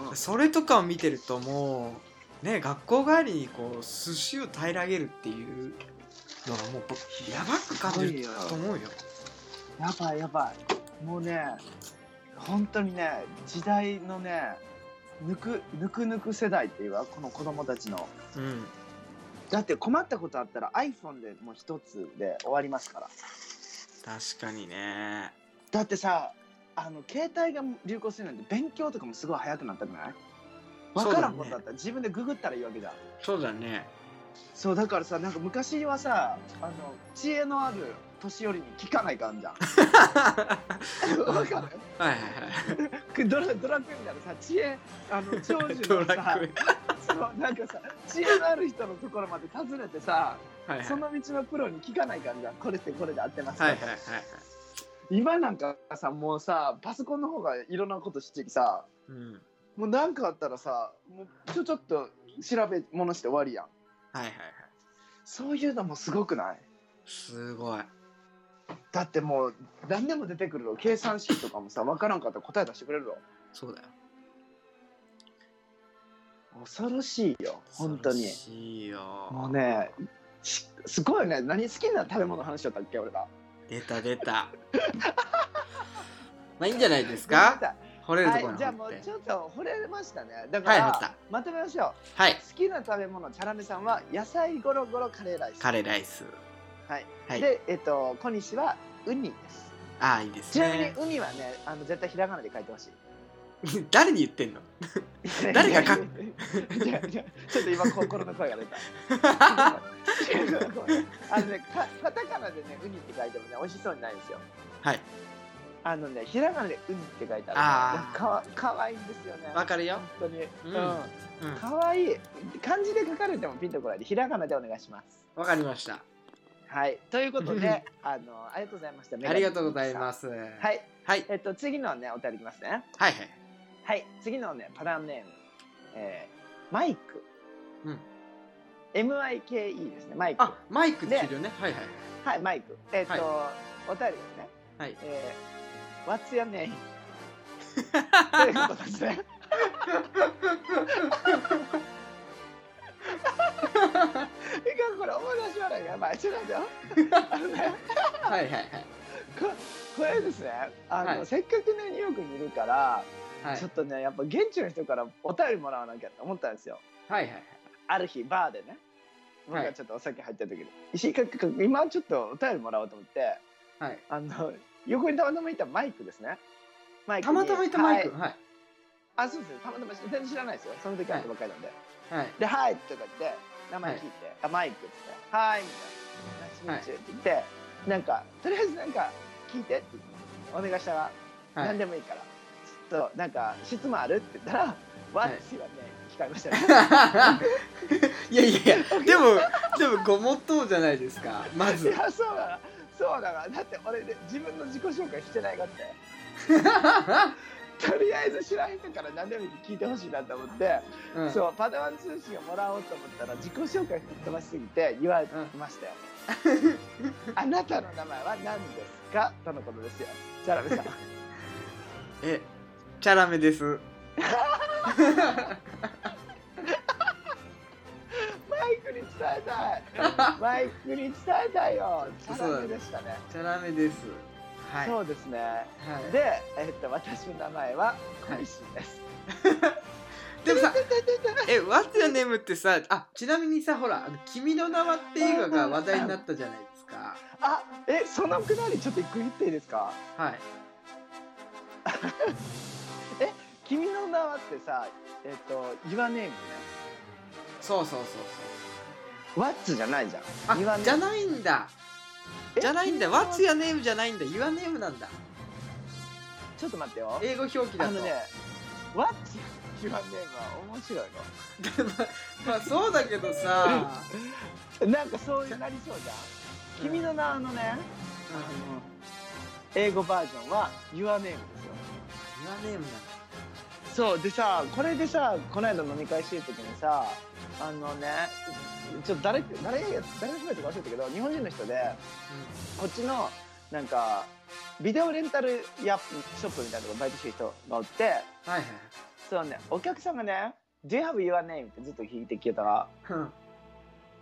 [SPEAKER 2] う
[SPEAKER 1] うんん、それとかを見てるともうね学校帰りにこう寿司を平らげるっていうのはもうやばく感じると思うよ
[SPEAKER 2] やばいやばいもうね本当にね時代のねぬくぬくぬく世代っていうわこの子供たちの
[SPEAKER 1] うん
[SPEAKER 2] だって困ったことあったら iPhone でもう一つで終わりますから
[SPEAKER 1] 確かにね
[SPEAKER 2] だってさあの携帯が流行するなんて勉強とかもすごい早くなったじゃない分からんことだったら自分でググったらいいわけじゃん
[SPEAKER 1] そうだ ね
[SPEAKER 2] そうだからさなんか昔はさあの知恵のある年寄りに聞かないかんじゃん わかる
[SPEAKER 1] はいはい
[SPEAKER 2] ドラドラクエみたいなさ知恵あの長
[SPEAKER 1] はい
[SPEAKER 2] 寿
[SPEAKER 1] ド
[SPEAKER 2] の
[SPEAKER 1] ラ
[SPEAKER 2] さ
[SPEAKER 1] クエ
[SPEAKER 2] そうなんかさ知恵のある人のところまで訪ねてさ
[SPEAKER 1] はいはい
[SPEAKER 2] その道のプロに聞かない感じがこれってこれで合ってますか、
[SPEAKER 1] はいはいはいはい
[SPEAKER 2] 今なんかさもうさパソコンの方がいろんなこと知ってきさ
[SPEAKER 1] うん
[SPEAKER 2] もうなんかあったらさもうちょちょっと調べ物して終わりやん
[SPEAKER 1] はいはいはい
[SPEAKER 2] そういうのもすごくない
[SPEAKER 1] すごい
[SPEAKER 2] だってもう何でも出てくるの計算式とかもさ分からんかったら答え出してくれるの
[SPEAKER 1] そうだよ
[SPEAKER 2] 恐ろしいよ本当に
[SPEAKER 1] 恐ろしい
[SPEAKER 2] も
[SPEAKER 1] よ
[SPEAKER 2] うねしすごいね何好きな食べ物の話しよったっけ俺ら
[SPEAKER 1] 出た出た まあいいんじゃないですか惚れると
[SPEAKER 2] は
[SPEAKER 1] ころ
[SPEAKER 2] いじゃあもうち
[SPEAKER 1] は
[SPEAKER 2] ょっと惚れましたねだか
[SPEAKER 1] はい
[SPEAKER 2] ら、
[SPEAKER 1] 掘った
[SPEAKER 2] まとめましょう
[SPEAKER 1] い
[SPEAKER 2] 好きな食べ物チャラメさんは野菜ゴロゴロカレーライス
[SPEAKER 1] カレーライス
[SPEAKER 2] はい、
[SPEAKER 1] はい
[SPEAKER 2] でえっと小西はウニです
[SPEAKER 1] ああいいです
[SPEAKER 2] ちなみに
[SPEAKER 1] ね
[SPEAKER 2] ウニはねあの絶対ひらがなで書いてほしい
[SPEAKER 1] 誰に言ってんの 誰が書く
[SPEAKER 2] いやいやちょっと今心の声が出た あのねかカタカナでねウニって書いてもね美味しそうにないんですよ
[SPEAKER 1] はい
[SPEAKER 2] あのねひらがなでウニって書いてある
[SPEAKER 1] あー
[SPEAKER 2] ねかわかわいいんですよね
[SPEAKER 1] わかるよ
[SPEAKER 2] 本、当に、
[SPEAKER 1] う
[SPEAKER 2] うん
[SPEAKER 1] う
[SPEAKER 2] ん
[SPEAKER 1] ん、
[SPEAKER 2] かわいい漢字で書かれてもピンとこないでひらがなでお願いします
[SPEAKER 1] わかりました
[SPEAKER 2] はいということ であのありがとうございました
[SPEAKER 1] ありがとうございますすは
[SPEAKER 2] はいい
[SPEAKER 1] はい
[SPEAKER 2] えっと次のねお便りいきますね
[SPEAKER 1] はい
[SPEAKER 2] はい次のねパラネーム、えーマイク、
[SPEAKER 1] うん、
[SPEAKER 2] MIKE ですねマイク
[SPEAKER 1] あマイク終了ねはいはい
[SPEAKER 2] はいマイクえっ、と、
[SPEAKER 1] はい
[SPEAKER 2] お便りですね
[SPEAKER 1] はい
[SPEAKER 2] えー、What's your name? ということですね いかんこれ思い出し笑いがやばいちょっと待って よあのね
[SPEAKER 1] はいはいはい
[SPEAKER 2] ここれですねあの、
[SPEAKER 1] はい
[SPEAKER 2] せっかくねニューヨークにいるから、
[SPEAKER 1] はい
[SPEAKER 2] ちょっとねやっぱ現地の人からお便りもらわなきゃと思ったんですよ
[SPEAKER 1] はいはい
[SPEAKER 2] ある日バーでね僕
[SPEAKER 1] は
[SPEAKER 2] が
[SPEAKER 1] い
[SPEAKER 2] ちょっとお酒入った時に、石井君今ちょっとお便りもらおうと思って
[SPEAKER 1] はい
[SPEAKER 2] あの横にたまたまいたマイクですねマイク
[SPEAKER 1] た
[SPEAKER 2] に
[SPEAKER 1] またまいたマイク
[SPEAKER 2] はい
[SPEAKER 1] はい
[SPEAKER 2] あそうですたまたま全然知らないですよその時会ったばっかりなんで、
[SPEAKER 1] はい
[SPEAKER 2] で「はい」とか言って名前聞いて「あマイク」っつって「はい」みたいな「ナイスミーチュ」って言って、なんかとりあえずなんか聞いてって言ってお願いしたら
[SPEAKER 1] はい
[SPEAKER 2] 何でもいいから、ちょっとなんか質問あるって言ったら「わ
[SPEAKER 1] はい
[SPEAKER 2] っちはね聞かれましたね
[SPEAKER 1] いやいやいや でもでもごもっともじゃないですかま
[SPEAKER 2] い
[SPEAKER 1] ず
[SPEAKER 2] やそうだなそうだなだって俺ね自分の自己紹介してないがってとりあえず知らん人から何でもいいって聞いてほしいなと思って、
[SPEAKER 1] うん
[SPEAKER 2] そうパダワン通信をもらおうと思ったら自己紹介吹っ飛ばしすぎて言われま したよ、あなたの名前は何ですかとのことですよチャラメさ ん
[SPEAKER 1] えチャラメです
[SPEAKER 2] マイクに伝えたいマイクに伝えたいよチャラメでしたね
[SPEAKER 1] チャラメですはい
[SPEAKER 2] そうですね
[SPEAKER 1] はい
[SPEAKER 2] で、えっと、私の名前は小西です。
[SPEAKER 1] でもさえ「What's Your Name」ってさあちなみにさほらあの「君の名は」って映画が話題になったじゃないですか
[SPEAKER 2] あえそのくだりちょっと一個言っていいですか
[SPEAKER 1] はい
[SPEAKER 2] 「君の名は」ってさえっ、と「Your Name」ね
[SPEAKER 1] そうそうそう
[SPEAKER 2] 「What's」じゃないじゃん「
[SPEAKER 1] そう
[SPEAKER 2] Your
[SPEAKER 1] あ
[SPEAKER 2] Name
[SPEAKER 1] じゃないんだ
[SPEAKER 2] え
[SPEAKER 1] じゃないんだ「
[SPEAKER 2] 君の名は
[SPEAKER 1] What's Your Name」じゃないんだ「Your Name」なんだ
[SPEAKER 2] ちょっと待ってよ
[SPEAKER 1] 英語表記だ
[SPEAKER 2] あ
[SPEAKER 1] と
[SPEAKER 2] のね「What's Your Name」は面白いの
[SPEAKER 1] まあそうだけどさ、
[SPEAKER 2] なんかそうなりそうじゃん。君の名のね、あの英語バージョンは Your Name ですよ。
[SPEAKER 1] 言わねえもん
[SPEAKER 2] そうでさ、これでさ、この間飲み会してる時にさ、あのね、ちょっと誰誰や誰の人だったか忘れたけど、日本人の人でこっちのなんかビデオレンタルやショップみたいなとこバイトしてる人がおって、
[SPEAKER 1] だ。はいはい。
[SPEAKER 2] そうね、お客さんがね、Do you have your name ってずっと聞いてきたら。
[SPEAKER 1] うん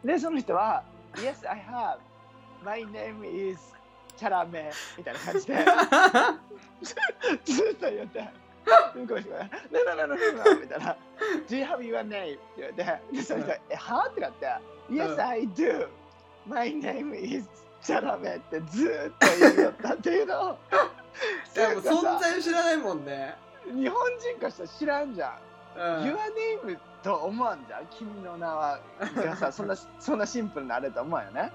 [SPEAKER 2] でその人は「Yes, I have. My name is チャラメ」みたいな感じでずっと言って「向こうの人がねねねねねねみたいな「Do you have your name?」って言ってでその人が「えは?」ってなって「
[SPEAKER 1] うん
[SPEAKER 2] Yes, I do. My name is チャラメ」ってずっと言いよったっていうのを
[SPEAKER 1] でも
[SPEAKER 2] な
[SPEAKER 1] 存
[SPEAKER 2] んかさ
[SPEAKER 1] 在を知らないもんね。
[SPEAKER 2] 日本人からしたら知らんじゃん。
[SPEAKER 1] うん、
[SPEAKER 2] Your name と思わんじゃん君の名はがさそんなそんなシンプルなあれと思うよね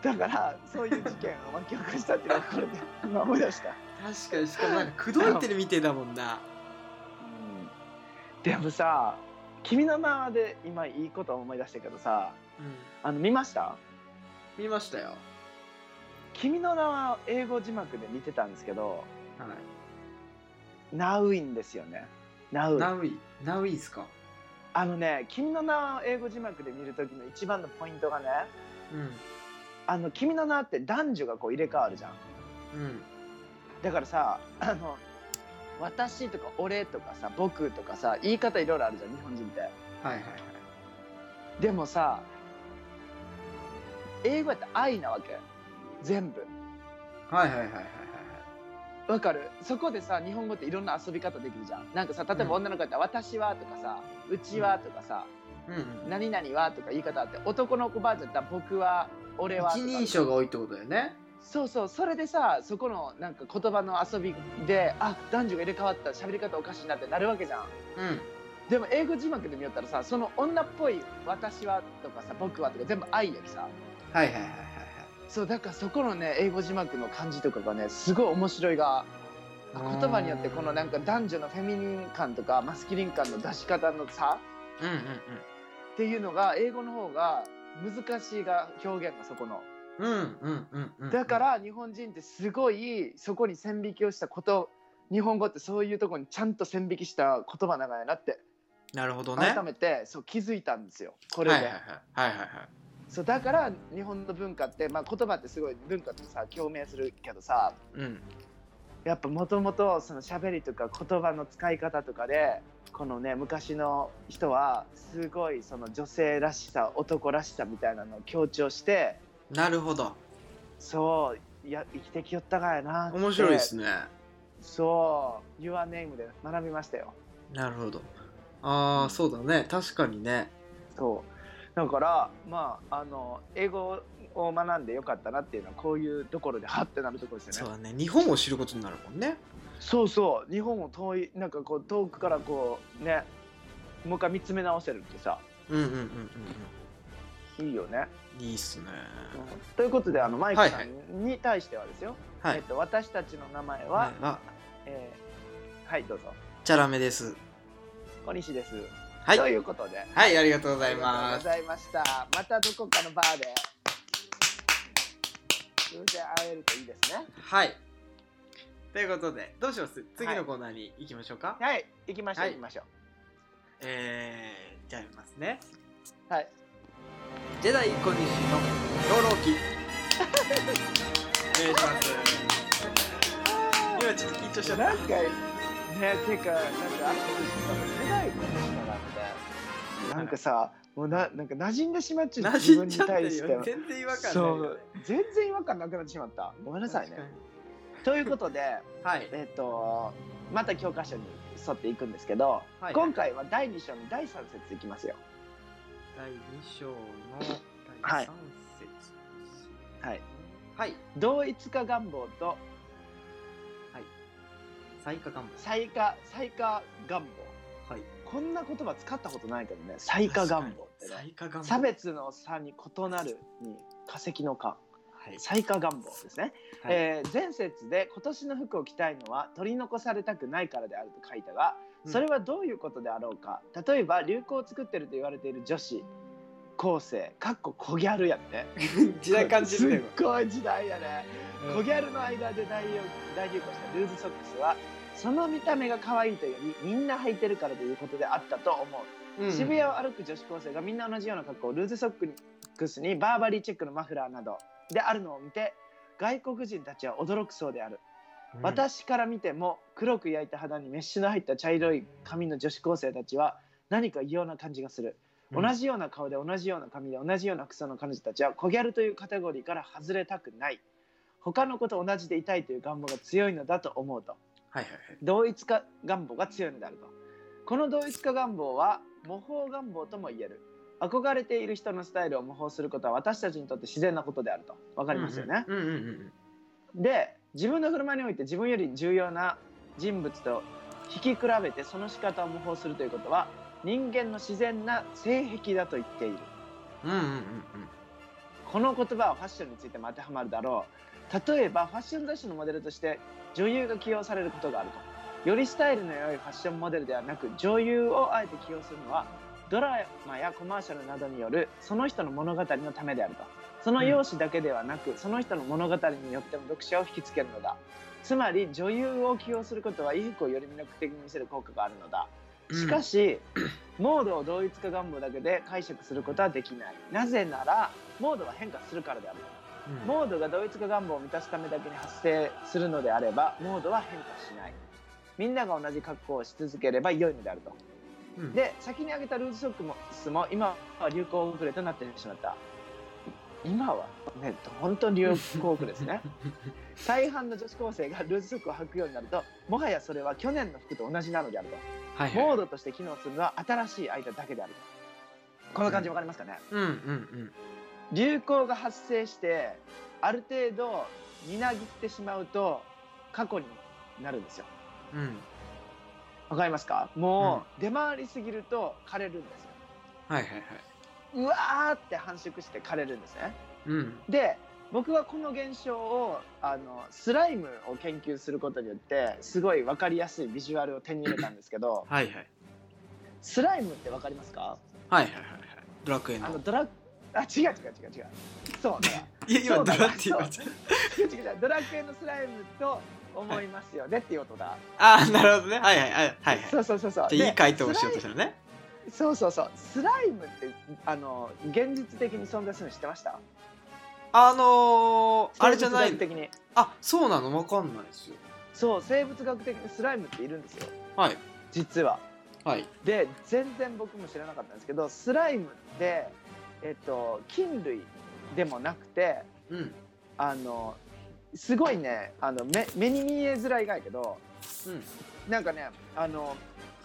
[SPEAKER 1] うん
[SPEAKER 2] だからそういう事件を巻き起こしたっていうのをこれで今思い出した、
[SPEAKER 1] 確かにしかもなんか口説いてるみてえだもんな。
[SPEAKER 2] でもさ「君の名は」で今いいことを思い出したけどさ
[SPEAKER 1] うん、
[SPEAKER 2] あの見ました
[SPEAKER 1] 見ましたよ。はい。
[SPEAKER 2] 「君の名は」英語字幕で見てたんですけど「ナウイン」ですよね「ナウイン
[SPEAKER 1] ナウイナウイですか。
[SPEAKER 2] あのね「君の名は」英語字幕で見る時の一番のポイントがね
[SPEAKER 1] うん
[SPEAKER 2] 「あの君の名は」って男女がこう入れ替わるじゃん
[SPEAKER 1] うん
[SPEAKER 2] だからさあの「私」とか「俺」とかさ「僕」とかさ言い方いろいろあるじゃん日本人って。
[SPEAKER 1] はいはいはい。
[SPEAKER 2] でもさ英語やって愛なわけ全部
[SPEAKER 1] はいはいはいはいはい
[SPEAKER 2] わかるそこでさ日本語っていろんな遊び方できるじゃんなんかさ例えば
[SPEAKER 1] うん
[SPEAKER 2] 女の子やったら「私は」とかさ「うちは」とかさ
[SPEAKER 1] はい。
[SPEAKER 2] 「何々は」とか言い方あって男の子バージョンやったら「僕は」「俺は」と
[SPEAKER 1] うんうん。一
[SPEAKER 2] か
[SPEAKER 1] 人称が多いってことだよね。
[SPEAKER 2] そうそうそれでさそこのなんか言葉の遊びであ男女が入れ替わった喋り方おかしいなってなるわけじゃん
[SPEAKER 1] うん。
[SPEAKER 2] でも英語字幕で見よったらさその女っぽい「私は」とかさ「僕は」とか全部愛やきさ
[SPEAKER 1] はいはいはいはいはい。
[SPEAKER 2] そうだからそこのね英語字幕の感じとかがねすごい面白いがあ
[SPEAKER 1] うん
[SPEAKER 2] 言葉によってこのなんか男女のフェミニン感とかマスキリン感の出し方の差
[SPEAKER 1] うん
[SPEAKER 2] っていうのが英語の方が難しいが表現がそこの
[SPEAKER 1] うんうん。うんうんうんうん。
[SPEAKER 2] だか。ら日本人ってすごいそこに線引きをしたこと日本語ってそういうとこにちゃんと線引きした言葉なんやなって
[SPEAKER 1] なるほどね。
[SPEAKER 2] 改めてそう気づいたんですよこれ
[SPEAKER 1] はいはい
[SPEAKER 2] で
[SPEAKER 1] はい。はいはいはい。
[SPEAKER 2] そうだから日本の文化ってまあ言葉ってすごい文化ってさ共鳴するけどさ
[SPEAKER 1] うん。
[SPEAKER 2] やっぱもともとその喋りとか言葉の使い方とかでこのね昔の人はすごいその女性らしさ男らしさみたいなのを強調して
[SPEAKER 1] なるほど。
[SPEAKER 2] そういや生きてきよったがやなって
[SPEAKER 1] 面白いですね。
[SPEAKER 2] そう「YourName」で学びましたよ
[SPEAKER 1] なるほど。ああ、そうだね。確かにね。
[SPEAKER 2] そうだからまああの英語を学んでよかったなっていうのはこういうところでハッてなるところですよね
[SPEAKER 1] そうだね。日本を知ることになるもんね。
[SPEAKER 2] そうそう日本を遠いなんかこう遠くからこうねもう一回見つめ直せるってさ
[SPEAKER 1] うんうんうんうん
[SPEAKER 2] いいよね。
[SPEAKER 1] うん。いいっすね。
[SPEAKER 2] ということであのマイクさ
[SPEAKER 1] はい
[SPEAKER 2] んに対してはですよ、
[SPEAKER 1] は
[SPEAKER 2] えっ
[SPEAKER 1] い。
[SPEAKER 2] と、私たちの名前は、
[SPEAKER 1] は、あ、
[SPEAKER 2] えーはいどうぞ
[SPEAKER 1] チャラメです。
[SPEAKER 2] 小西です、
[SPEAKER 1] は
[SPEAKER 2] と
[SPEAKER 1] い。
[SPEAKER 2] いうことであり
[SPEAKER 1] はい、ありがとうご
[SPEAKER 2] が
[SPEAKER 1] ざいます。
[SPEAKER 2] とうございましたまたどこかのバーで偶然会えるといいですね
[SPEAKER 1] はい。ということで、どうします次のコーナーに行きましょうか。
[SPEAKER 2] はい行きましょう、
[SPEAKER 1] はい
[SPEAKER 2] 行きましょ
[SPEAKER 1] えー、じゃあいますね。
[SPEAKER 2] うはい
[SPEAKER 1] ジェダイ小西の養 老記。お願いします。今ちょっと緊張しちゃった。
[SPEAKER 2] なんかねていうかなんかあれ世代の人なんでなんかさもうななんか馴染んでしまっちゃう
[SPEAKER 1] 馴
[SPEAKER 2] 自
[SPEAKER 1] 染
[SPEAKER 2] 分
[SPEAKER 1] ん
[SPEAKER 2] に
[SPEAKER 1] じゃって
[SPEAKER 2] 対
[SPEAKER 1] る
[SPEAKER 2] して
[SPEAKER 1] よ。全然違和感ない
[SPEAKER 2] そ
[SPEAKER 1] よね
[SPEAKER 2] う。全然違和感なくなってしまったごめんなさいね
[SPEAKER 1] 確かに
[SPEAKER 2] ということで
[SPEAKER 1] はい。
[SPEAKER 2] えっ、とまた教科書に沿っていくんですけど、
[SPEAKER 1] はい
[SPEAKER 2] 今回は第2章の第3節いきますよ。
[SPEAKER 1] 第2章の
[SPEAKER 2] は
[SPEAKER 1] 第3
[SPEAKER 2] い
[SPEAKER 1] 節
[SPEAKER 2] はい、
[SPEAKER 1] はい、
[SPEAKER 2] 同一化願望と
[SPEAKER 1] 最下願望
[SPEAKER 2] 再化再化願望
[SPEAKER 1] はい
[SPEAKER 2] こんな言葉使ったことないけどね再化願望ってね
[SPEAKER 1] 最下願望
[SPEAKER 2] 差別の差に異なるに化石の化
[SPEAKER 1] はい
[SPEAKER 2] 再化願望ですね、
[SPEAKER 1] はい
[SPEAKER 2] えー前節で今年の服を着たいのは取り残されたくないからであると書いたが
[SPEAKER 1] うん
[SPEAKER 2] それはどういうことであろうか、例えば流行を作ってると言われている女子高生かっこ小ギャルやって
[SPEAKER 1] 時代感じるね
[SPEAKER 2] すっごい時代やね
[SPEAKER 1] これ
[SPEAKER 2] 小ギャルの間で大流大流行したルーズソックスはその見た目が可愛いというよりみんな履いてるからということであったと思
[SPEAKER 1] う
[SPEAKER 2] う、
[SPEAKER 1] ん
[SPEAKER 2] 渋谷を歩く女子高生がみんな同じような格好ルーズソックスにバーバリーチェックのマフラーなどであるのを見て外国人たちは驚くそうである、
[SPEAKER 1] うん
[SPEAKER 2] 私から見ても黒く焼いた肌にメッシュの入った茶色い髪の女子高生たちは何か異様な感じがする
[SPEAKER 1] うん
[SPEAKER 2] 同じような顔で同じような髪で同じような服装の彼女たちは小ギャルというカテゴリーから外れたくない他の子と同じでいたいという願望が強いのだと思うと
[SPEAKER 1] はいはいはい
[SPEAKER 2] 同一化願望が強いのであるとこの同一化願望は模倣願望とも言える憧れている人のスタイルを模倣することは私たちにとって自然なことであるとわかりますよね、
[SPEAKER 1] うんうんうん
[SPEAKER 2] で自分の振る舞いにおいて自分より重要な人物と引き比べてその仕方を模倣するということは人間の自然な性癖だと言っている
[SPEAKER 1] うんうんうんうん
[SPEAKER 2] この言葉はファッションについても当てはまるだろう例えばファッション雑誌のモデルとして女優が起用されることがあるとよりスタイルの良いファッションモデルではなく女優をあえて起用するのはドラマやコマーシャルなどによるその人の物語のためであるとその容姿だけではなく、その人の物語によっても読者を引きつけるのだつまり女優を起用することは衣服をより魅力的に見せる効果があるのだ
[SPEAKER 1] うん
[SPEAKER 2] しかし、モードを同一化願望だけで解釈することはできない。なぜなら、モードは変化するからである。
[SPEAKER 1] うん
[SPEAKER 2] モードが同一化願望を満たすためだけに発生するのであれば、モードは変化しない。みんなが同じ格好をし続ければ良いのであると。
[SPEAKER 1] うん
[SPEAKER 2] で、先に挙げたルーズソックスも今は流行遅れとなってしまった。今はね、本当に流行遅れです ね。大半の女子高生がルーズソックを履くようになると、もはやそれは去年の服と同じなのであると。
[SPEAKER 1] はいはい
[SPEAKER 2] モードとして機能するのは新しい間だけであるとこの感じわかりますかね、
[SPEAKER 1] うんうん
[SPEAKER 2] 流行が発生してある程度みなぎってしまうと過去になるんですよ
[SPEAKER 1] うんうん
[SPEAKER 2] わかりますかもう出回りすぎると枯れるんですよ
[SPEAKER 1] はいはいはいう
[SPEAKER 2] わーって繁殖して枯れるんですね
[SPEAKER 1] うん
[SPEAKER 2] で僕はこの現象をあのスライムを研究することによってすごいわかりやすいビジュアルを手に入れたんですけど
[SPEAKER 1] はいはい
[SPEAKER 2] スライムってわかりますか
[SPEAKER 1] はいはいはいはいドラクエ
[SPEAKER 2] あの
[SPEAKER 1] の
[SPEAKER 2] ドラあ違う違う違う違うそうだ
[SPEAKER 1] いや今
[SPEAKER 2] そ
[SPEAKER 1] ド
[SPEAKER 2] うだ
[SPEAKER 1] ラって言われた
[SPEAKER 2] 違う違う違うドラクエのスライムと思いますよねっていうことだ、
[SPEAKER 1] ああなるほどねはいはいはいはい
[SPEAKER 2] そうそうそうそう
[SPEAKER 1] でいい回答
[SPEAKER 2] と
[SPEAKER 1] をしようとしたらね
[SPEAKER 2] そうそうそうスライムってあの現実的に存在するの知ってました
[SPEAKER 1] あのー、あれじゃない
[SPEAKER 2] 生物学的に
[SPEAKER 1] あそうなのわかんないですよ
[SPEAKER 2] そう生物学的にスライムっているんですよ
[SPEAKER 1] はい
[SPEAKER 2] 実は
[SPEAKER 1] はい
[SPEAKER 2] で全然僕も知らなかったんですけどスライムってえっと菌類でもなくて
[SPEAKER 1] うん
[SPEAKER 2] あのすごいねあの目目に見えづらいがやけど
[SPEAKER 1] うん
[SPEAKER 2] なんかねあの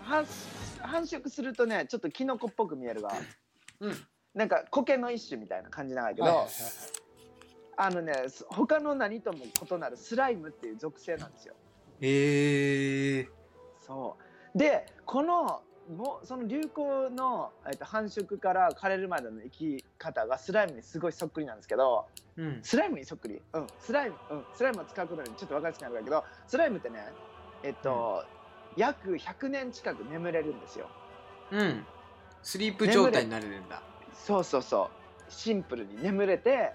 [SPEAKER 2] 繁繁殖するとねちょっとキノコっぽく見えるが
[SPEAKER 1] うん
[SPEAKER 2] なんか苔の一種みたいな感じなんやけど、
[SPEAKER 1] はいはいはい
[SPEAKER 2] あのねす他の何とも異なるスライムっていう属性なんですよ。
[SPEAKER 1] へえ
[SPEAKER 2] そうでこのもその流行の、えっと、繁殖から枯れるまでの生き方がスライムにすごいそっくりなんですけど
[SPEAKER 1] うん
[SPEAKER 2] スライムにそっくり、うん、スライム、うん、スライムを使うことにちょっと分かりやすくなるんだけどスライムってねえっと、約100年近く眠れるんですよ。
[SPEAKER 1] うんスリープ状態になれるんだ
[SPEAKER 2] そうそうそうシンプルに眠れて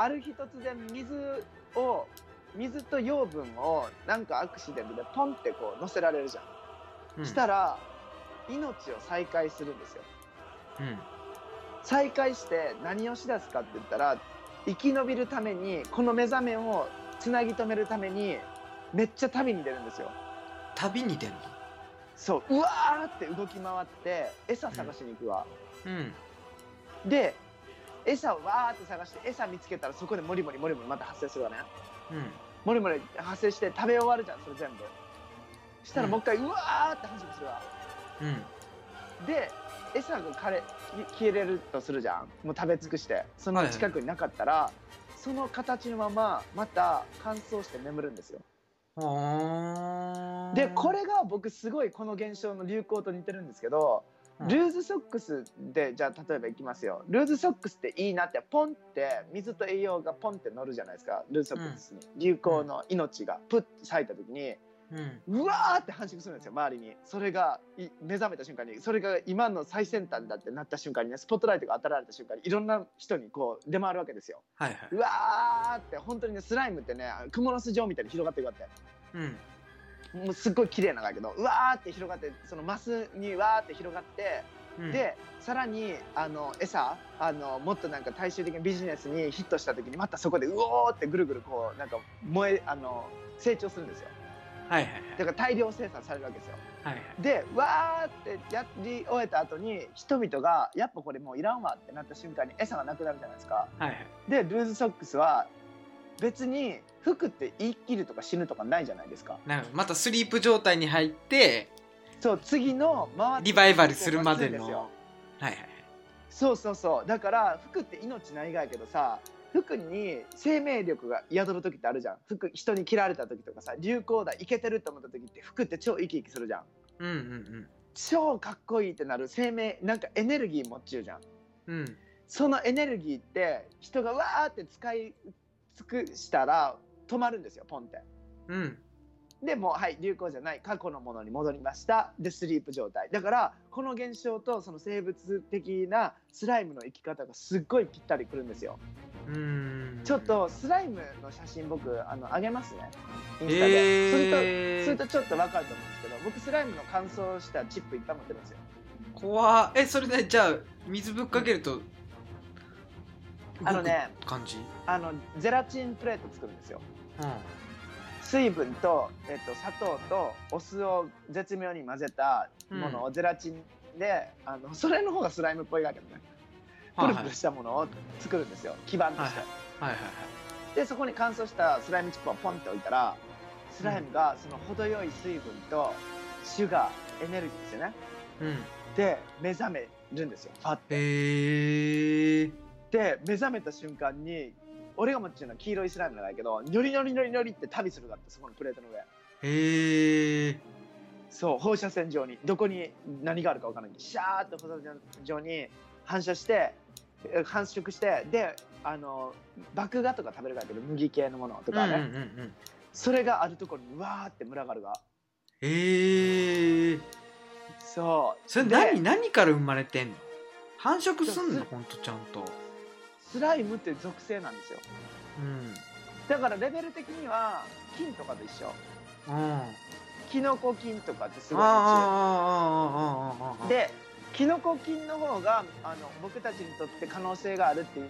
[SPEAKER 2] ある日突然水を水と養分をなんかアクシデントでポンってこう乗せられるじゃん、
[SPEAKER 1] うん
[SPEAKER 2] したら命を再開するんですよ
[SPEAKER 1] うん
[SPEAKER 2] 再開して何をしだすかって言ったら生き延びるためにこの目覚めをつなぎ止めるためにめっちゃ旅に出るんですよ
[SPEAKER 1] 旅に出んの
[SPEAKER 2] そううわーって動き回って餌探しに行くわ、
[SPEAKER 1] うん
[SPEAKER 2] で餌をわーって探して餌見つけたらそこでモリモリモリモリまた発生するわね
[SPEAKER 1] うん
[SPEAKER 2] モリモリ発生して食べ終わるじゃんそれ全部したらもう一回、うわーって話をするわ。
[SPEAKER 1] うん
[SPEAKER 2] で餌が枯れ消えれるとするじゃんもう食べ尽くしてその近くになかったら、その形のまままた乾燥して眠るんですよ
[SPEAKER 1] あー
[SPEAKER 2] でこれが僕すごいこの現象の流行と似てるんですけど
[SPEAKER 1] うん
[SPEAKER 2] ルーズソックスでじゃあ例えばいきますよルーズソックスっていいなってポンって水と栄養がポンって乗るじゃないですかルーズソックスに、流行の命がプッと咲いた時に
[SPEAKER 1] うん
[SPEAKER 2] うわーって繁殖するんですよ周りにそれがい目覚めた瞬間にそれが今の最先端だってなった瞬間にねスポットライトが当たられた瞬間にいろんな人にこう出回るわけですよ
[SPEAKER 1] はいはいう
[SPEAKER 2] わーって本当にねスライムってねあのクモの巣状みたいに広がっていくわけ
[SPEAKER 1] うん
[SPEAKER 2] もうすっごい綺麗なんだけどうわーって広がってそのマスにわーって広がって
[SPEAKER 1] うん
[SPEAKER 2] でさらにあの餌あのもっとなんか大衆的なビジネスにヒットした時にまたそこでうおーってぐるぐるこうなんか燃えあの成長するんですよ
[SPEAKER 1] はいはい
[SPEAKER 2] だから大量生産されるわけですよ
[SPEAKER 1] はいはい
[SPEAKER 2] でわーってやり終えた後に人々がやっぱこれもういらんわってなった瞬間に餌がなくなるじゃないですか
[SPEAKER 1] はいはい
[SPEAKER 2] でルーズソックスは別に服って言い切るとか死ぬとかないじゃないですか
[SPEAKER 1] なんかまたスリープ状態に入って
[SPEAKER 2] そう次の回って
[SPEAKER 1] リバイバルするまで
[SPEAKER 2] こう待つんすよ
[SPEAKER 1] のはいはい
[SPEAKER 2] そうそうそうだから服って命ないがやけどさ服に生命力が宿る時ってあるじゃん服人に嫌われた時とかさ流行だイケてると思った時って服って超生き生きするじゃん
[SPEAKER 1] うんうん
[SPEAKER 2] 超かっこいいってなる生命なんかエネルギー持っちゅうじゃん
[SPEAKER 1] うんうん
[SPEAKER 2] そのエネルギーって人がわーって使い尽くしたら止まるんですよポンって。
[SPEAKER 1] うん
[SPEAKER 2] でもうはい流行じゃない過去のものに戻りましたでスリープ状態だからこの現象とその生物的なスライムの生き方がすっごいぴったりくるんですよ
[SPEAKER 1] うん
[SPEAKER 2] ちょっとスライムの写真僕あのあげますねインスタで、
[SPEAKER 1] え
[SPEAKER 2] それ
[SPEAKER 1] ー
[SPEAKER 2] とそれとちょっとわかると思うんですけど僕スライムの乾燥したチップいっぱい持ってるんですよ
[SPEAKER 1] 怖っえそれでじゃあ水ぶっかけると
[SPEAKER 2] あのね
[SPEAKER 1] 動く感じ
[SPEAKER 2] あのゼラチンプレート作るんですよ
[SPEAKER 1] う
[SPEAKER 2] 水分と、えっと、砂糖とお酢を絶妙に混ぜたものをゼラチンで、あのそれの方がスライムっぽいわけどねプ
[SPEAKER 1] んはい
[SPEAKER 2] ル
[SPEAKER 1] はい
[SPEAKER 2] プルしたものを作るんですよ基板として、
[SPEAKER 1] はいはいはいはい
[SPEAKER 2] でそこに乾燥したスライムチップをポンって置いたらスライムがその程よい水分とシュガーエネルギーですよね
[SPEAKER 1] うん
[SPEAKER 2] で目覚めるんですよファって
[SPEAKER 1] へえ
[SPEAKER 2] で目覚めた瞬間に俺が持ってるのは黄色いスライムじゃないけどニョリニョリニョリニョリって旅するがあってそこのプレートの上
[SPEAKER 1] へえ
[SPEAKER 2] そう放射線上にどこに何があるか分からないシャーって放射線上に反射してえ繁殖してであの麦芽とか食べるからだけど麦系のものとかね、
[SPEAKER 1] うんうんうんうん
[SPEAKER 2] それがあるところにうわーって群がるが
[SPEAKER 1] へえ
[SPEAKER 2] そう
[SPEAKER 1] それ
[SPEAKER 2] で
[SPEAKER 1] 何何から生まれてんの繁殖すん
[SPEAKER 2] そう
[SPEAKER 1] の
[SPEAKER 2] す
[SPEAKER 1] ほんとちゃんと
[SPEAKER 2] スライムって属性なんですよ
[SPEAKER 1] うん
[SPEAKER 2] だからレベル的には菌とかと一緒
[SPEAKER 1] うんあ
[SPEAKER 2] キノコ菌とかってす
[SPEAKER 1] ー
[SPEAKER 2] ごい強
[SPEAKER 1] あーあーあーあーあーあ
[SPEAKER 2] い
[SPEAKER 1] ー
[SPEAKER 2] でキノコ菌の方があの僕たちにとって可能性があるって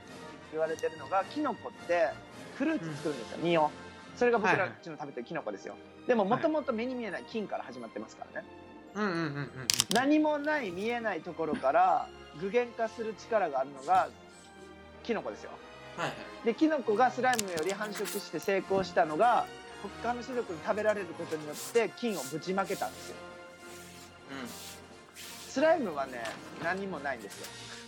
[SPEAKER 2] 言われてるのがキノコってフルーツ作るんですよ実をそれが僕
[SPEAKER 1] は
[SPEAKER 2] ら
[SPEAKER 1] い
[SPEAKER 2] っ
[SPEAKER 1] はい
[SPEAKER 2] ちの食べてるキノコですよでももともと目に見えない菌から始まってますからね
[SPEAKER 1] うんうんうんうんうん
[SPEAKER 2] 何もない見えないところから具現化する力があるのがキノコですよ
[SPEAKER 1] はいはい
[SPEAKER 2] でキノコがスライムより繁殖して成功したのが他の種族に食べられることによって菌をぶちまけたんですよスライムはね何もないんですよ、
[SPEAKER 1] うん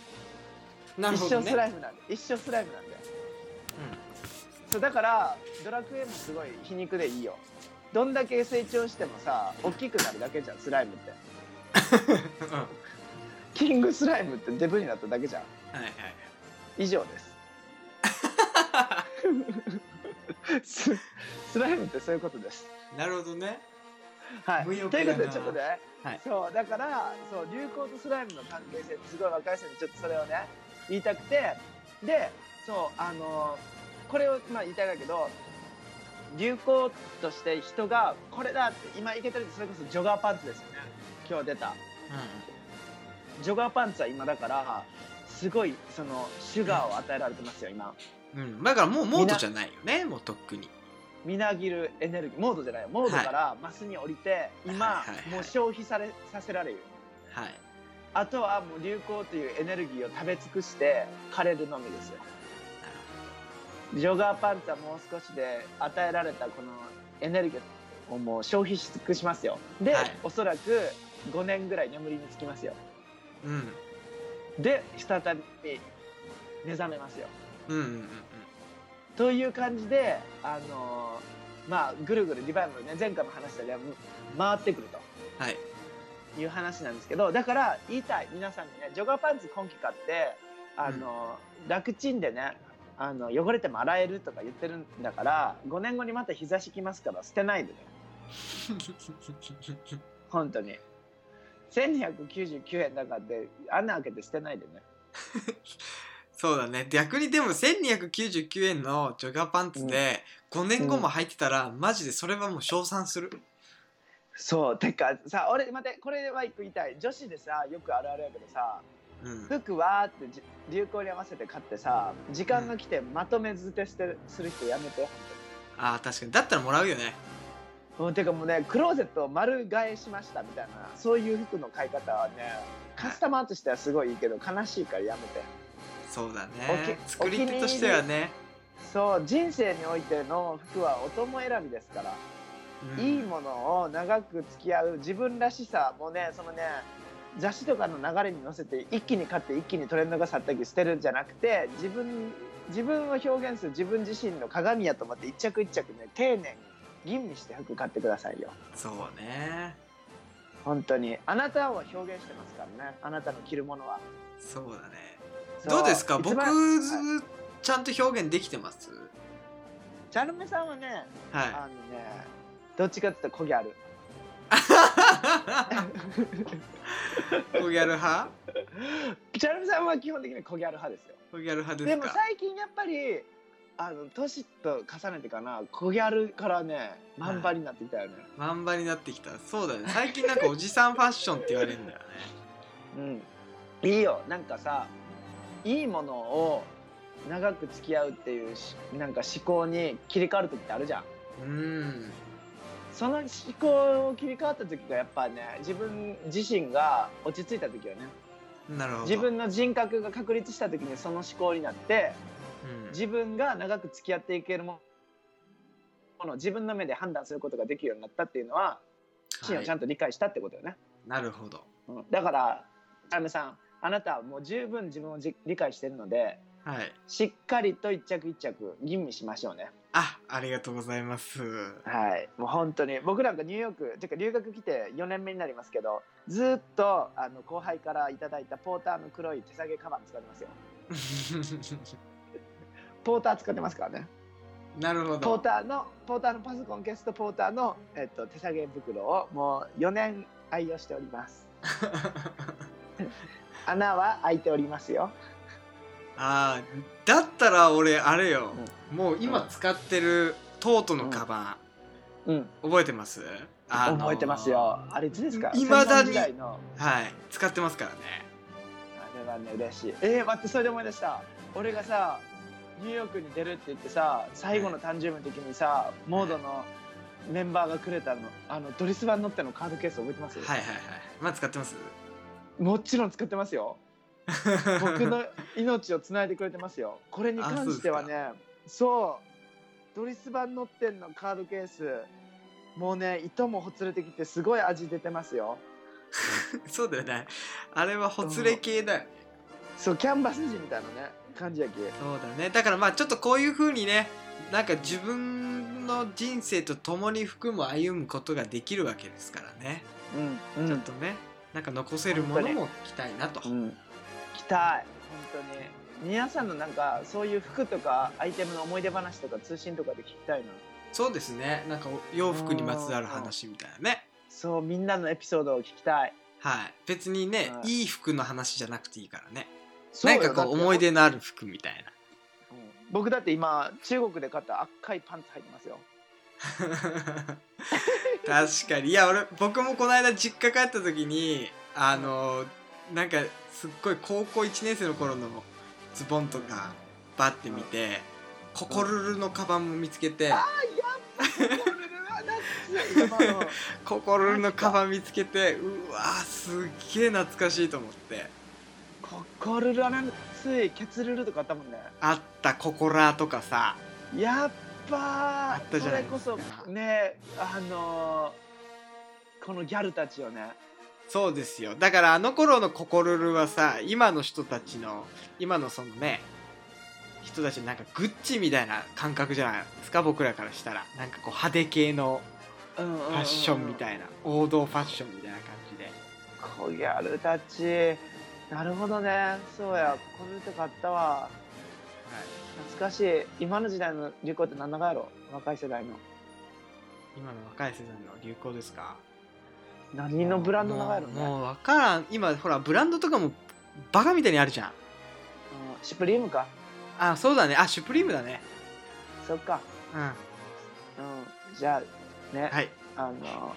[SPEAKER 1] なる
[SPEAKER 2] 一
[SPEAKER 1] ほど
[SPEAKER 2] 生
[SPEAKER 1] ね
[SPEAKER 2] スライムなんで一生スライムなんでそうだからドラクエもすごい皮肉でいいよどんだけ成長してもさ大きくなるだけじゃんスライムっ
[SPEAKER 1] う
[SPEAKER 2] て
[SPEAKER 1] んうんはい
[SPEAKER 2] キングスライムってデブになっただけじゃん
[SPEAKER 1] はい
[SPEAKER 2] 以上 です。ススライムってそういうことです。
[SPEAKER 1] なるほどね
[SPEAKER 2] はい。と
[SPEAKER 1] 無
[SPEAKER 2] いう
[SPEAKER 1] 欲
[SPEAKER 2] こと
[SPEAKER 1] だな
[SPEAKER 2] でちょっとね、
[SPEAKER 1] はい
[SPEAKER 2] そうだからそう流行とスライムの関係性ってすごい若い人にちょっとそれをね言いたくてでそうあのこれをまあ言いたいんだけど流行として人がこれだって今いけてるってそれこそジョガーパンツですよね今日出たジョガーパンツは今だからすごいそのシュガーを与えられてますよ
[SPEAKER 1] う
[SPEAKER 2] 今。
[SPEAKER 1] んうんだからもうモードじゃないよねもうとっくに
[SPEAKER 2] みなぎるエネルギーモードじゃないモードからマスに降りて、
[SPEAKER 1] は
[SPEAKER 2] 今、
[SPEAKER 1] いはいはい
[SPEAKER 2] もう消費されさせられる
[SPEAKER 1] はい
[SPEAKER 2] あとはもう流行というエネルギーを食べ尽くして枯れるのみですよジョガーパンツはもう少しで与えられたこのエネルギーもう消費し尽くしますよで、
[SPEAKER 1] はい
[SPEAKER 2] おそらく5年ぐらい眠りにつきますよ
[SPEAKER 1] うん
[SPEAKER 2] で再び目覚めますよ
[SPEAKER 1] うんうんうん
[SPEAKER 2] という感じであのーまあぐるぐるリバイバルね前回も話したね回ってくる
[SPEAKER 1] はい
[SPEAKER 2] という話なんですけどだから言いたい皆さんにねジョガーパンツ今季買ってあのー、楽ちんでねあの汚れても洗えるとか言ってるんだから5年後にまた日差しきますから捨てないでね本当に1299円だからって穴開けて捨てないでね
[SPEAKER 1] そうだね逆にでも1299円のジョガーパンツで5年後も履いてたら、マジでそれはもう称賛する
[SPEAKER 2] そうてかさ俺待ってこれは一個言いたい女子でさよくあるあるやけどさ
[SPEAKER 1] うん
[SPEAKER 2] 服わーってじ流行に合わせて買ってさ時間が来てまとめずて捨てする人やめて
[SPEAKER 1] あー確かにだったらもらうよね
[SPEAKER 2] もうてかもうねクローゼットを丸替えしましたみたいなそういう服の買い方はねカスタマーとしてはすごいいいけど悲しいからやめて
[SPEAKER 1] そうだ
[SPEAKER 2] お
[SPEAKER 1] ね
[SPEAKER 2] き
[SPEAKER 1] 作り手としてはね、
[SPEAKER 2] そう人生においての服はお供選びですから、
[SPEAKER 1] うん
[SPEAKER 2] いいものを長く付き合う自分らしさもねそのね雑誌とかの流れに乗せて一気に買って一気にトレンドが去ったり捨てるんじゃなくて自分自分を表現する自分自身の鏡やと思って一着一着ね丁寧に吟味して服買ってくださいよ
[SPEAKER 1] そうね
[SPEAKER 2] 本当にあなたを表現してますからねあなたの着るものは
[SPEAKER 1] そうだね
[SPEAKER 2] そ
[SPEAKER 1] どうですか僕、
[SPEAKER 2] 一番はい
[SPEAKER 1] ちゃんと表現できてます
[SPEAKER 2] チャルメさんはね
[SPEAKER 1] は
[SPEAKER 2] あのねどっちかって言ったらコギ ャル
[SPEAKER 1] いコギャル派
[SPEAKER 2] チャルメさんは基本的にコギャル派ですよ
[SPEAKER 1] コギャル派で
[SPEAKER 2] ですも
[SPEAKER 1] か
[SPEAKER 2] 最近やっぱりあの年と重ねてかなコギャルからねまんばりになってきたよね、
[SPEAKER 1] まんばになってきたそうだね最近なんかおじさんファッションって言われるんだよね
[SPEAKER 2] うんいいよなんかさいいものを長く付き合うっていうしなんか思考に切り替わる時ってあるじゃ
[SPEAKER 1] う
[SPEAKER 2] ん
[SPEAKER 1] ん
[SPEAKER 2] その思考を切り替わった時がやっぱね自分自身が落ち着いた時よね
[SPEAKER 1] なるほど
[SPEAKER 2] 自分の人格が確立した時にその思考になって
[SPEAKER 1] うん
[SPEAKER 2] 自分が長く付き合っていけるものを自分の目で判断することができるようになったっていうのはシーンをちゃ
[SPEAKER 1] はい
[SPEAKER 2] んと理解したってことよね、
[SPEAKER 1] なるほど
[SPEAKER 2] うんだからアメさんあなたはもう十分自分をじ理解してるので
[SPEAKER 1] はい
[SPEAKER 2] しっかりと一着一着吟味しましょうね
[SPEAKER 1] あありがとうございます
[SPEAKER 2] はいもう本当に僕なんかニューヨークてか留学来て4年目になりますけどずーっとあの後輩からいただいたポーターの黒い手提げカバン使ってますよポーター使ってますからね
[SPEAKER 1] なるほ
[SPEAKER 2] ポー
[SPEAKER 1] ど
[SPEAKER 2] ターのポーターのパソコン消すとポーターの、えっと、手提げ袋をもう4年愛用しております穴は開いておりますよ
[SPEAKER 1] あーだったら俺あれよ、もう
[SPEAKER 2] う
[SPEAKER 1] 今
[SPEAKER 2] ん
[SPEAKER 1] 使ってるトートのカバ
[SPEAKER 2] うん
[SPEAKER 1] ン、覚えてます、あのー
[SPEAKER 2] 覚えてますよあれいつですか
[SPEAKER 1] 未だに
[SPEAKER 2] 戦乱時代の
[SPEAKER 1] はい使ってますからね
[SPEAKER 2] あれはね嬉しいえー、待ってそれで思い出した俺がさニューヨークに出るって言ってさ最後の誕生日の時にさモードのメンバーがくれたのあのドリスバン乗ってのカードケース覚えてます、
[SPEAKER 1] はいはいはいまあ使ってます
[SPEAKER 2] もちろん使ってますよ 僕の命をつないでくれてますよこれに関してはねそうドリス版乗ってんのカードケースもうね糸もほつれてきてすごい味出てますよ
[SPEAKER 1] そうだよねあれはほつれ系だよね
[SPEAKER 2] そうキャンバス地みたいなね感じやけ
[SPEAKER 1] そうだねだからまあちょっとこういう風にねなんか自分の人生と共に服も歩むことができるわけですからね、
[SPEAKER 2] うん、
[SPEAKER 1] ちょっとねなんか残せるものも着たいなと、
[SPEAKER 2] うん、着たい本当に皆さんのなんかそういう服とかアイテムの思い出話とか通信とかで聞きたいな
[SPEAKER 1] そうですねなんかお洋服にまつわる話みたいなね
[SPEAKER 2] そうみんなのエピソードを聞きたい
[SPEAKER 1] はい別にね、
[SPEAKER 2] はい
[SPEAKER 1] いい服の話じゃなくていいからね
[SPEAKER 2] そ
[SPEAKER 1] な
[SPEAKER 2] うんよ
[SPEAKER 1] かこう思い、出のある服みたいな
[SPEAKER 2] だってうん僕だって今中国で買った赤いパンツ履いてますよ
[SPEAKER 1] 確かにいや俺僕もこの間実家帰った時にあのなんかすっごい高校1年生の頃のズボンとかバッて見てココルルのカバンも見つけて
[SPEAKER 2] あこれは夏
[SPEAKER 1] ココルルのカバン見つけてうわーすっげえ懐かしいと思って
[SPEAKER 2] ココルルはなんついケツルルとかあったもんね
[SPEAKER 1] あったココラとかさ
[SPEAKER 2] やっぱ
[SPEAKER 1] ったじゃ
[SPEAKER 2] そ
[SPEAKER 1] な
[SPEAKER 2] れ
[SPEAKER 1] いで
[SPEAKER 2] こ
[SPEAKER 1] すか
[SPEAKER 2] そねあのーこのギャルたちをね
[SPEAKER 1] そうですよだからあの頃のココルルはさ今の人たちの今のそのね人たちのなんかグッチみたいな感覚じゃないですか僕らからしたらなんかこう派手系の
[SPEAKER 2] フ
[SPEAKER 1] ファッションみ
[SPEAKER 2] い
[SPEAKER 1] たいな王道ファッションみたいな感じで
[SPEAKER 2] なこギャルたちなるほどねそうやこの人買ったわ懐かしい今の時代の流行って何だかやろ若い世代の
[SPEAKER 1] 今の若い世代の流行ですか
[SPEAKER 2] 何のブランド長いの
[SPEAKER 1] もうも
[SPEAKER 2] ね
[SPEAKER 1] う分からん今ほらブランドとかもバカみたいにあるじゃん
[SPEAKER 2] うんシュプリームか
[SPEAKER 1] あそうだねあシュプリームだね
[SPEAKER 2] そっか
[SPEAKER 1] うんは
[SPEAKER 2] うんじゃあね、
[SPEAKER 1] い
[SPEAKER 2] あの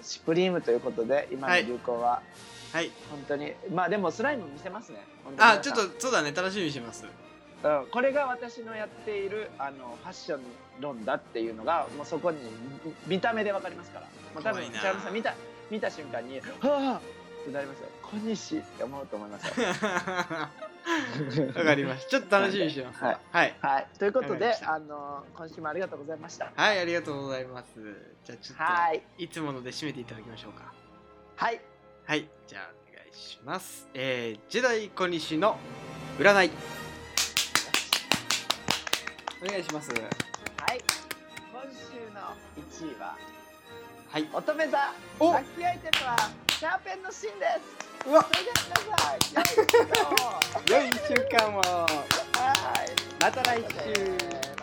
[SPEAKER 2] シュプリームということで今の流行は
[SPEAKER 1] はい
[SPEAKER 2] 本当に、まあでもスライム見せますね本当に
[SPEAKER 1] あちょっとそうだね楽しみにしてます
[SPEAKER 2] うん、これが私のやっているあのファッション論だっていうのがもうそこに見見た目でわかりますからもう多分
[SPEAKER 1] 怖いな
[SPEAKER 2] 茶山さん見た見た瞬間に「はあ!」ってなりますよ「小西」って思うと思いますよ
[SPEAKER 1] わかりました。ちょっと楽しみにしてます。
[SPEAKER 2] はい
[SPEAKER 1] はい。
[SPEAKER 2] はいということ
[SPEAKER 1] わかり
[SPEAKER 2] で
[SPEAKER 1] ました
[SPEAKER 2] あの今週もありがとうございました
[SPEAKER 1] はい、ありがとうございます。じゃあちょっと、、
[SPEAKER 2] はいい
[SPEAKER 1] つもので締めていただきましょうか。
[SPEAKER 2] はい
[SPEAKER 1] はい。じゃあお願いします。えー、ジェダイ小西の占い。お願いします。
[SPEAKER 2] はい今週の1位は
[SPEAKER 1] はい。
[SPEAKER 2] 乙女座
[SPEAKER 1] お
[SPEAKER 2] ラッキーアイテムはシャーペンの芯です
[SPEAKER 1] うわ
[SPEAKER 2] それでは皆さん良い日 を
[SPEAKER 1] 良い一週間を。
[SPEAKER 2] はい
[SPEAKER 1] また来週。
[SPEAKER 2] えー